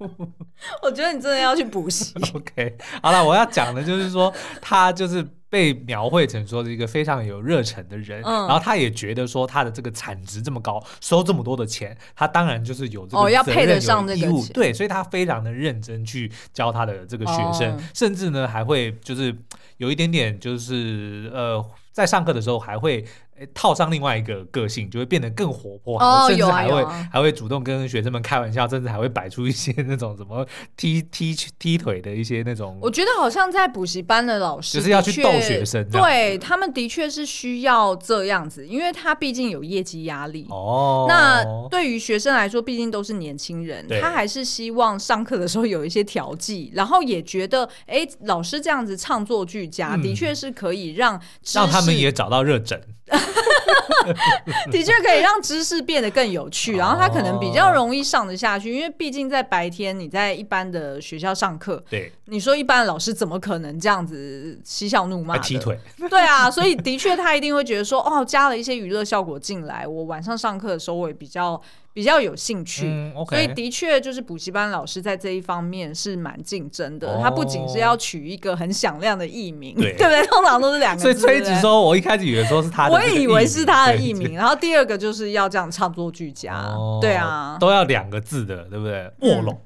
[SPEAKER 2] 我觉得你真的要去
[SPEAKER 1] [LAUGHS]
[SPEAKER 2] 补习。
[SPEAKER 1] OK，好了，我要讲的就是说，他就是被描绘成说是一个非常有热忱的人，
[SPEAKER 2] 嗯
[SPEAKER 1] 然后他也觉得说他的这个产值这么高，收这么多的钱，他当然就是有这个
[SPEAKER 2] 哦要
[SPEAKER 1] 责
[SPEAKER 2] 配得
[SPEAKER 1] 任有
[SPEAKER 2] 上这个
[SPEAKER 1] 义务
[SPEAKER 2] 钱
[SPEAKER 1] 对，所以他非常的认真去教他的这个学生，
[SPEAKER 2] 哦
[SPEAKER 1] 甚至呢还会就是有一点点就是呃，在上课的时候还会。诶套上另外一个个性，就会变得更活泼，
[SPEAKER 2] 哦
[SPEAKER 1] 甚至
[SPEAKER 2] 有啊
[SPEAKER 1] 还
[SPEAKER 2] 有
[SPEAKER 1] 会、
[SPEAKER 2] 啊
[SPEAKER 1] 还会主动跟学生们开玩笑，甚至还会摆出一些那种什么 [LAUGHS] 踢踢踢腿的一些那种。
[SPEAKER 2] 我觉得好像在补习班的老师
[SPEAKER 1] 就是要去
[SPEAKER 2] 的确
[SPEAKER 1] 逗学生这样
[SPEAKER 2] 对他们的确是需要这样子，因为他毕竟有业绩压力。
[SPEAKER 1] 哦，
[SPEAKER 2] 那对于学生来说，毕竟都是年轻人
[SPEAKER 1] 对，
[SPEAKER 2] 他还是希望上课的时候有一些调剂，然后也觉得，哎，老师这样子唱作俱佳，
[SPEAKER 1] 嗯
[SPEAKER 2] 的确是可以让知识
[SPEAKER 1] 让他们也找到热枕。
[SPEAKER 2] [LAUGHS] 的确可以让知识变得更
[SPEAKER 1] [LAUGHS]
[SPEAKER 2] 有趣，然后他可能比较容易上得下去，因为毕竟在白天你在一般的学校上课，
[SPEAKER 1] 对，
[SPEAKER 2] 你说一般的老师怎么可能这样子嬉笑怒骂
[SPEAKER 1] 还
[SPEAKER 2] 的？
[SPEAKER 1] 踢腿，
[SPEAKER 2] [LAUGHS]
[SPEAKER 1] [LAUGHS]
[SPEAKER 2] 对啊，所以的确他一定会觉得说，哦，加了一些娱乐效果进来，我晚上上课的时候我也比较比较有兴趣。
[SPEAKER 1] 嗯
[SPEAKER 2] 所以
[SPEAKER 1] ，OK，
[SPEAKER 2] 的确，就是补习班老师在这一方面是蛮竞争的。
[SPEAKER 1] 哦
[SPEAKER 2] 他不仅是要取一个很响亮的艺名，
[SPEAKER 1] 对
[SPEAKER 2] 不对？通常都是两个
[SPEAKER 1] 所
[SPEAKER 2] 字。
[SPEAKER 1] 以崔
[SPEAKER 2] 对不对
[SPEAKER 1] 植说，我一开始以为说是他的
[SPEAKER 2] 我
[SPEAKER 1] 这个艺名，
[SPEAKER 2] 也以为是他的艺
[SPEAKER 1] 对。
[SPEAKER 2] 名。然后第二个就是要这样唱作俱佳，
[SPEAKER 1] 哦
[SPEAKER 2] 对啊，
[SPEAKER 1] 都要两个字的，对不对？卧龙，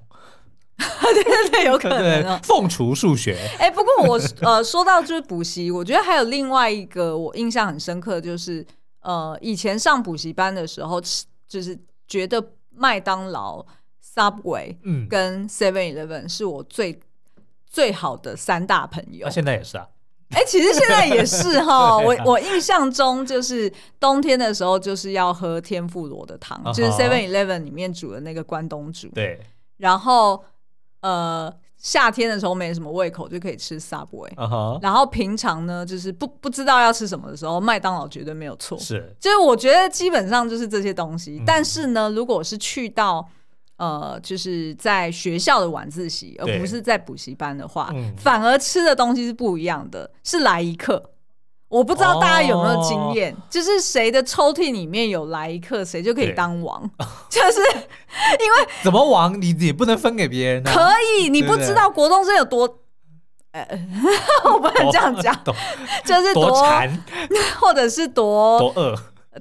[SPEAKER 2] 对 [LAUGHS] 对对，有可
[SPEAKER 1] 对
[SPEAKER 2] 能哦、
[SPEAKER 1] 对，凤雏数学，
[SPEAKER 2] 哎、不过我呃说到就是补习，我觉得还有另外一个我印象很深刻的，就是呃以前上补习班的时候，吃就是觉得麦当劳、Subway
[SPEAKER 1] 嗯，
[SPEAKER 2] 跟 Seven Eleven 是我最最好的三大朋友
[SPEAKER 1] 那。现在也是啊，
[SPEAKER 2] 哎、其实现在也是哈，
[SPEAKER 1] [LAUGHS]
[SPEAKER 2] 我
[SPEAKER 1] 对啊
[SPEAKER 2] 我印象中就是冬天的时候，就是要喝天妇罗的汤
[SPEAKER 1] 啊哈
[SPEAKER 2] 就是 Seven Eleven 里面煮的那个关东煮。
[SPEAKER 1] 对，
[SPEAKER 2] 然后呃，夏天的时候没什么胃口，就可以吃 Subway。
[SPEAKER 1] 嗯哼，
[SPEAKER 2] 然后平常呢，就是不不知道要吃什么的时候，麦当劳绝对没有错。
[SPEAKER 1] 是，
[SPEAKER 2] 就是我觉得基本上就是这些东西，
[SPEAKER 1] 嗯
[SPEAKER 2] 但是呢，如果是去到呃，就是在学校的晚自习，而
[SPEAKER 1] 对
[SPEAKER 2] 不是在补习班的话，
[SPEAKER 1] 嗯
[SPEAKER 2] 反而吃的东西是不一样的，是来一克。我不知道大家有没有经验，就是谁的抽屉里面有来一克，谁就可以
[SPEAKER 1] 哦对
[SPEAKER 2] 当
[SPEAKER 1] [LAUGHS]
[SPEAKER 2] 王，就是
[SPEAKER 1] 怎么王你也不能分给别人啊，
[SPEAKER 2] 可以，你
[SPEAKER 1] 对不
[SPEAKER 2] 不
[SPEAKER 1] 对
[SPEAKER 2] 知道国中生有多，呃， [LAUGHS] 我不能这样讲，
[SPEAKER 1] [LAUGHS] 多
[SPEAKER 2] 就是
[SPEAKER 1] 多馋
[SPEAKER 2] 或者是多
[SPEAKER 1] 多饿，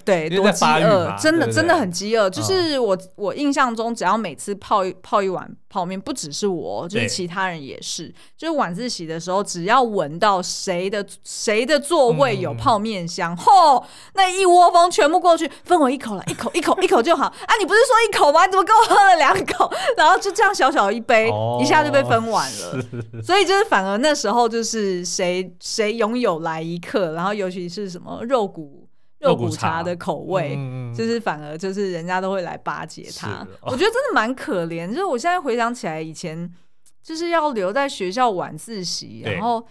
[SPEAKER 2] 对
[SPEAKER 1] 因为
[SPEAKER 2] 多
[SPEAKER 1] 在
[SPEAKER 2] 饥
[SPEAKER 1] 发育
[SPEAKER 2] 饿
[SPEAKER 1] 嘛，
[SPEAKER 2] 真
[SPEAKER 1] 对
[SPEAKER 2] 的
[SPEAKER 1] 不
[SPEAKER 2] 真的
[SPEAKER 1] 对嗯
[SPEAKER 2] 很饥饿。就是我我印象中，只要每次泡一泡一碗泡面，不只是我，哦就是
[SPEAKER 1] 对
[SPEAKER 2] 其他人也是。就是晚自习的时候，只要闻到谁的谁的座位有
[SPEAKER 1] 嗯
[SPEAKER 2] 泡面香，吼，那一窝蜂全部过去分我一口了，一口一口一口就好啊！你不是说一口吗？你怎么给我喝了两口？ [LAUGHS] 然后就这样小小一杯，
[SPEAKER 1] 哦
[SPEAKER 2] 一下就被分完了。所以就是反而那时候就是谁谁拥有来一刻，然后尤其是什么肉骨
[SPEAKER 1] 肉
[SPEAKER 2] 肉
[SPEAKER 1] 骨
[SPEAKER 2] 骨
[SPEAKER 1] 茶
[SPEAKER 2] 茶的口味，
[SPEAKER 1] 嗯
[SPEAKER 2] 就是反而就是人家都会来巴结
[SPEAKER 1] 是。
[SPEAKER 2] 他
[SPEAKER 1] 哦
[SPEAKER 2] 我觉得真的蛮可怜，就是我现在回想起来以前就是要留在学校晚自习，
[SPEAKER 1] 对
[SPEAKER 2] 然后。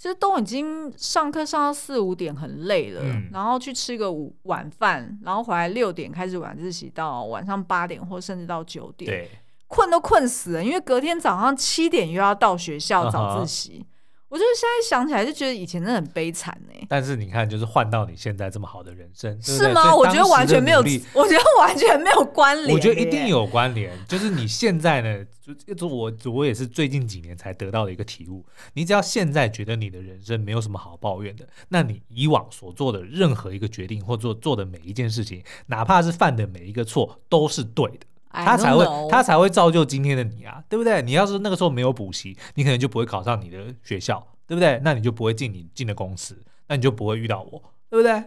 [SPEAKER 2] 就是都已经上课上到四五点，很累了，
[SPEAKER 1] 嗯
[SPEAKER 2] 然后去吃个午晚饭，然后回来六点开始晚自习，到晚上八点或甚至到九点。
[SPEAKER 1] 对，
[SPEAKER 2] 困都困死了，因为隔天早上七点又要到学
[SPEAKER 1] 啊
[SPEAKER 2] 校早自习。我就是现在想起来就觉得以前真的很悲惨呢、
[SPEAKER 1] 但是你看，就是换到你现在这么好的人生，对不
[SPEAKER 2] 是
[SPEAKER 1] 对
[SPEAKER 2] 吗？
[SPEAKER 1] 所以
[SPEAKER 2] 我觉得
[SPEAKER 1] 当时
[SPEAKER 2] 完全
[SPEAKER 1] 的
[SPEAKER 2] 没有
[SPEAKER 1] 努力，
[SPEAKER 2] 我觉得完全没有关联、欸
[SPEAKER 1] 我觉得一定。有关联，就是你现在呢，就就是我我也是最近几年才得到的一个体悟。你只要现在觉得你的人生没有什么好抱怨的，那你以往所做的任何一个决定或做做的每一件事情，哪怕是犯的每一个错，都是对的。他才会，他才会造就今天的你啊，对不对？你要是那个时候没有补习，你可能就不会考上你的学校，对不对？那你就不会进你进的公司，那你就不会遇到我，对不对？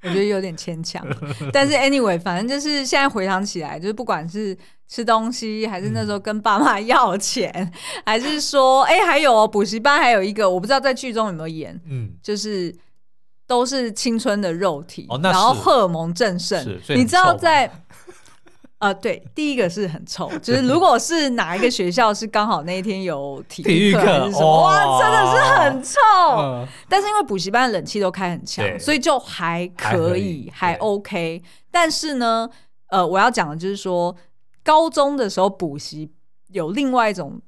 [SPEAKER 2] 我觉得有点牵强，
[SPEAKER 1] [LAUGHS]
[SPEAKER 2] 但是 anyway，反正就是现在回想起来，就是不管是吃东西，还是那
[SPEAKER 1] 嗯
[SPEAKER 2] 时候跟爸妈 [LAUGHS] 要钱，还是说，哎、还有哦补习班，还有一个我不知道在剧中有没有演，
[SPEAKER 1] 嗯，
[SPEAKER 2] 就是都是青春的肉体，
[SPEAKER 1] 哦那
[SPEAKER 2] 然
[SPEAKER 1] 是
[SPEAKER 2] 后荷尔蒙正盛
[SPEAKER 1] 是，所以很
[SPEAKER 2] 你知道
[SPEAKER 1] 臭
[SPEAKER 2] 在。呃，对，第一个是很
[SPEAKER 1] [LAUGHS]
[SPEAKER 2] 臭，就是如果是哪一个学校是刚好那一天有体
[SPEAKER 1] 体育
[SPEAKER 2] 课还是
[SPEAKER 1] 课
[SPEAKER 2] 什么，
[SPEAKER 1] 哦
[SPEAKER 2] 哇，真的是很臭。
[SPEAKER 1] 嗯
[SPEAKER 2] 但是因为补习班冷气都开很强
[SPEAKER 1] 对，
[SPEAKER 2] 所以就还
[SPEAKER 1] 还可
[SPEAKER 2] 可
[SPEAKER 1] 以
[SPEAKER 2] 以，还
[SPEAKER 1] 对
[SPEAKER 2] OK。但是呢，呃，我要讲的就是说，高中的时候补习有另外一种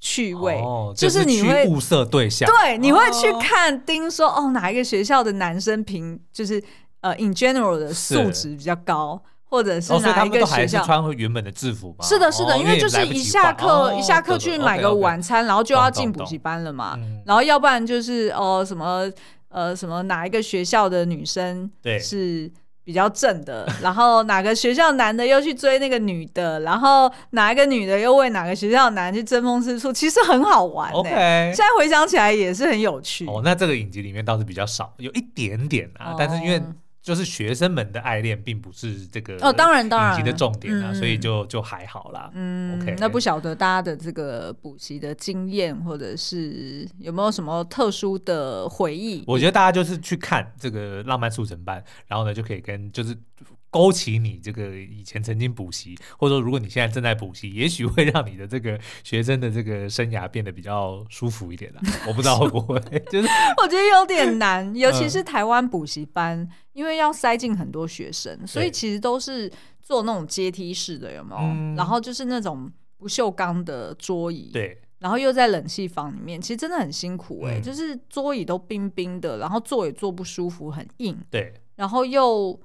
[SPEAKER 2] 趣味，
[SPEAKER 1] 哦、
[SPEAKER 2] 就是是你
[SPEAKER 1] 去
[SPEAKER 2] 会
[SPEAKER 1] 物色对象，
[SPEAKER 2] 对，你会去
[SPEAKER 1] 哦
[SPEAKER 2] 看盯说哦，哪一个学校的男生平就是呃，in general 的素质比较高，或者是
[SPEAKER 1] 哦，所以他
[SPEAKER 2] 哪一
[SPEAKER 1] 们都
[SPEAKER 2] 个
[SPEAKER 1] 还
[SPEAKER 2] 学
[SPEAKER 1] 是
[SPEAKER 2] 校？
[SPEAKER 1] 穿回原本的制服吗？
[SPEAKER 2] 是的，是的，
[SPEAKER 1] 哦
[SPEAKER 2] 因
[SPEAKER 1] 因
[SPEAKER 2] 为就是
[SPEAKER 1] 来不
[SPEAKER 2] 一
[SPEAKER 1] 及
[SPEAKER 2] 下
[SPEAKER 1] 换
[SPEAKER 2] 课、一下
[SPEAKER 1] 哦
[SPEAKER 2] 课
[SPEAKER 1] 懂
[SPEAKER 2] 去
[SPEAKER 1] 懂
[SPEAKER 2] 买个
[SPEAKER 1] OK，OK
[SPEAKER 2] 晚餐，然后就要
[SPEAKER 1] 懂
[SPEAKER 2] 进
[SPEAKER 1] 懂
[SPEAKER 2] 补习班了嘛。
[SPEAKER 1] 嗯
[SPEAKER 2] 然后要不然就是哦什么呃什么哪一个学校的女生呃
[SPEAKER 1] 对
[SPEAKER 2] 是比较正的，然后哪个学校男的又去追那个女的，然后哪一个女的又为哪个学校的男去争风吃醋，其实很好玩、欸。
[SPEAKER 1] OK
[SPEAKER 2] [LAUGHS] 现。在回想起来也是很有趣。
[SPEAKER 1] 哦，那这个影集里面倒是比较少，有一点点啊，但是因为
[SPEAKER 2] 哦
[SPEAKER 1] 就是学生们的爱恋并不是这个
[SPEAKER 2] 哦当然当然
[SPEAKER 1] 影集的重点啊，
[SPEAKER 2] 嗯
[SPEAKER 1] 所以就就还好啦。
[SPEAKER 2] 嗯
[SPEAKER 1] OK
[SPEAKER 2] 那不晓得大家的这个补习的经验，或者是有没有什么特殊的回忆？
[SPEAKER 1] 我觉得大家就是去看这个浪漫速成班，然后呢就可以跟就是勾起你这个以前曾经补习，或者说如果你现在正在补习，也许会让你的这个学生的这个生涯变得比较舒服一点啦。我不知道会不会， [LAUGHS] 就是
[SPEAKER 2] 我觉得有点
[SPEAKER 1] 嗯
[SPEAKER 2] 难，尤其是台湾补习班，因为要塞进很多学生，所以其实都是做那种阶梯式的，有没有？
[SPEAKER 1] 嗯
[SPEAKER 2] 然后就是那种不锈钢的桌椅，，
[SPEAKER 1] 对。
[SPEAKER 2] 然后又在冷气房里面，其实真的很辛苦哎、
[SPEAKER 1] 嗯
[SPEAKER 2] 就是桌椅都冰冰的，然后坐也坐不舒服，很硬，
[SPEAKER 1] 对，，
[SPEAKER 2] 然后又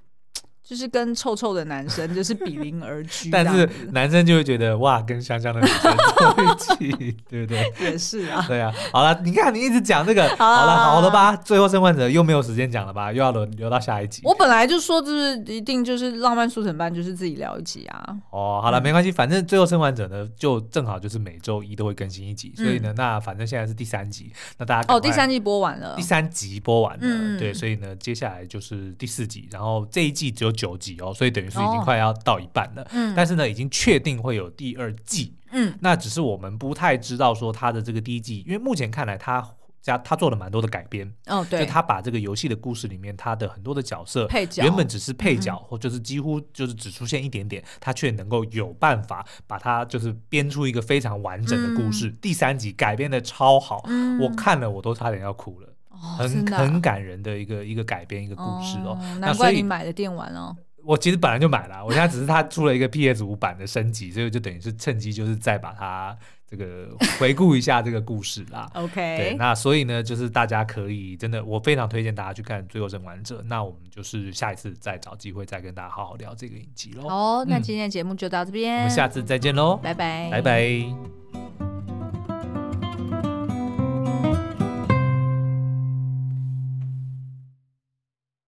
[SPEAKER 2] 就是跟臭臭的男生就是比邻而居啊
[SPEAKER 1] 但是
[SPEAKER 2] 这样子
[SPEAKER 1] 男生就会觉得哇，跟香香的女生坐一起， [LAUGHS] 对不对？
[SPEAKER 2] 也是啊。
[SPEAKER 1] [LAUGHS] 对啊，好了，你看你一直讲这
[SPEAKER 2] [LAUGHS]
[SPEAKER 1] 个，好
[SPEAKER 2] 啊
[SPEAKER 1] 了，好了吧，最后生还者又没有时间讲了吧，又要留留到下一集。
[SPEAKER 2] 我本来就说，就是一定就是浪漫速成班，就是自己聊一集啊。
[SPEAKER 1] 哦，好了，没关系，反正最后生还者呢，就正好就是每周一都会更新一集，所以呢，那反正现在是第三集，那大家赶
[SPEAKER 2] 嗯哦，第
[SPEAKER 1] 快
[SPEAKER 2] 三季播完了
[SPEAKER 1] 第，三集播完了，
[SPEAKER 2] 嗯
[SPEAKER 1] 对，所以呢，接下来就是第四集，然后这一季只有九集哦，所以等于是已经
[SPEAKER 2] 哦
[SPEAKER 1] 快要到一半了。
[SPEAKER 2] 嗯
[SPEAKER 1] 但是呢，已经确定会有第二季，
[SPEAKER 2] 嗯，
[SPEAKER 1] 那只是我们不太知道说它的这个第一季，因为目前看来它加它做了蛮多的改编，
[SPEAKER 2] 哦
[SPEAKER 1] 就
[SPEAKER 2] 对，
[SPEAKER 1] 他把这个游戏的故事里面他的很多的角色
[SPEAKER 2] 配角嗯
[SPEAKER 1] 原本只是配角，或就是几乎就是只出现一点点，他却能够有办法把它就是编出一个非常完整的故事。第三集改编的超好，
[SPEAKER 2] 嗯
[SPEAKER 1] 我看了我都差点要哭了，
[SPEAKER 2] 哦
[SPEAKER 1] 很
[SPEAKER 2] 真的啊
[SPEAKER 1] 很感人的一个一个改编一个故事哦。那
[SPEAKER 2] 难
[SPEAKER 1] 所
[SPEAKER 2] 怪
[SPEAKER 1] 以
[SPEAKER 2] 你买的电玩哦，
[SPEAKER 1] 我其实本来就买了，啊我现在只是它出了一个 PS 五版的升级，所以就等于是趁机就是再把它这个回顾一下这个故事啦。对，
[SPEAKER 3] OK，
[SPEAKER 1] 那所以呢，就是大家可以真的，我非常推荐大家去看《最后生还者》。那我们就是下一次再找机会再跟大家好好聊这个影集喽。
[SPEAKER 2] 哦
[SPEAKER 3] 好，那
[SPEAKER 1] 嗯
[SPEAKER 3] 今天的节目就到这
[SPEAKER 1] 我
[SPEAKER 3] 边，
[SPEAKER 1] 们下次再见喽，
[SPEAKER 3] 拜拜，
[SPEAKER 1] 拜拜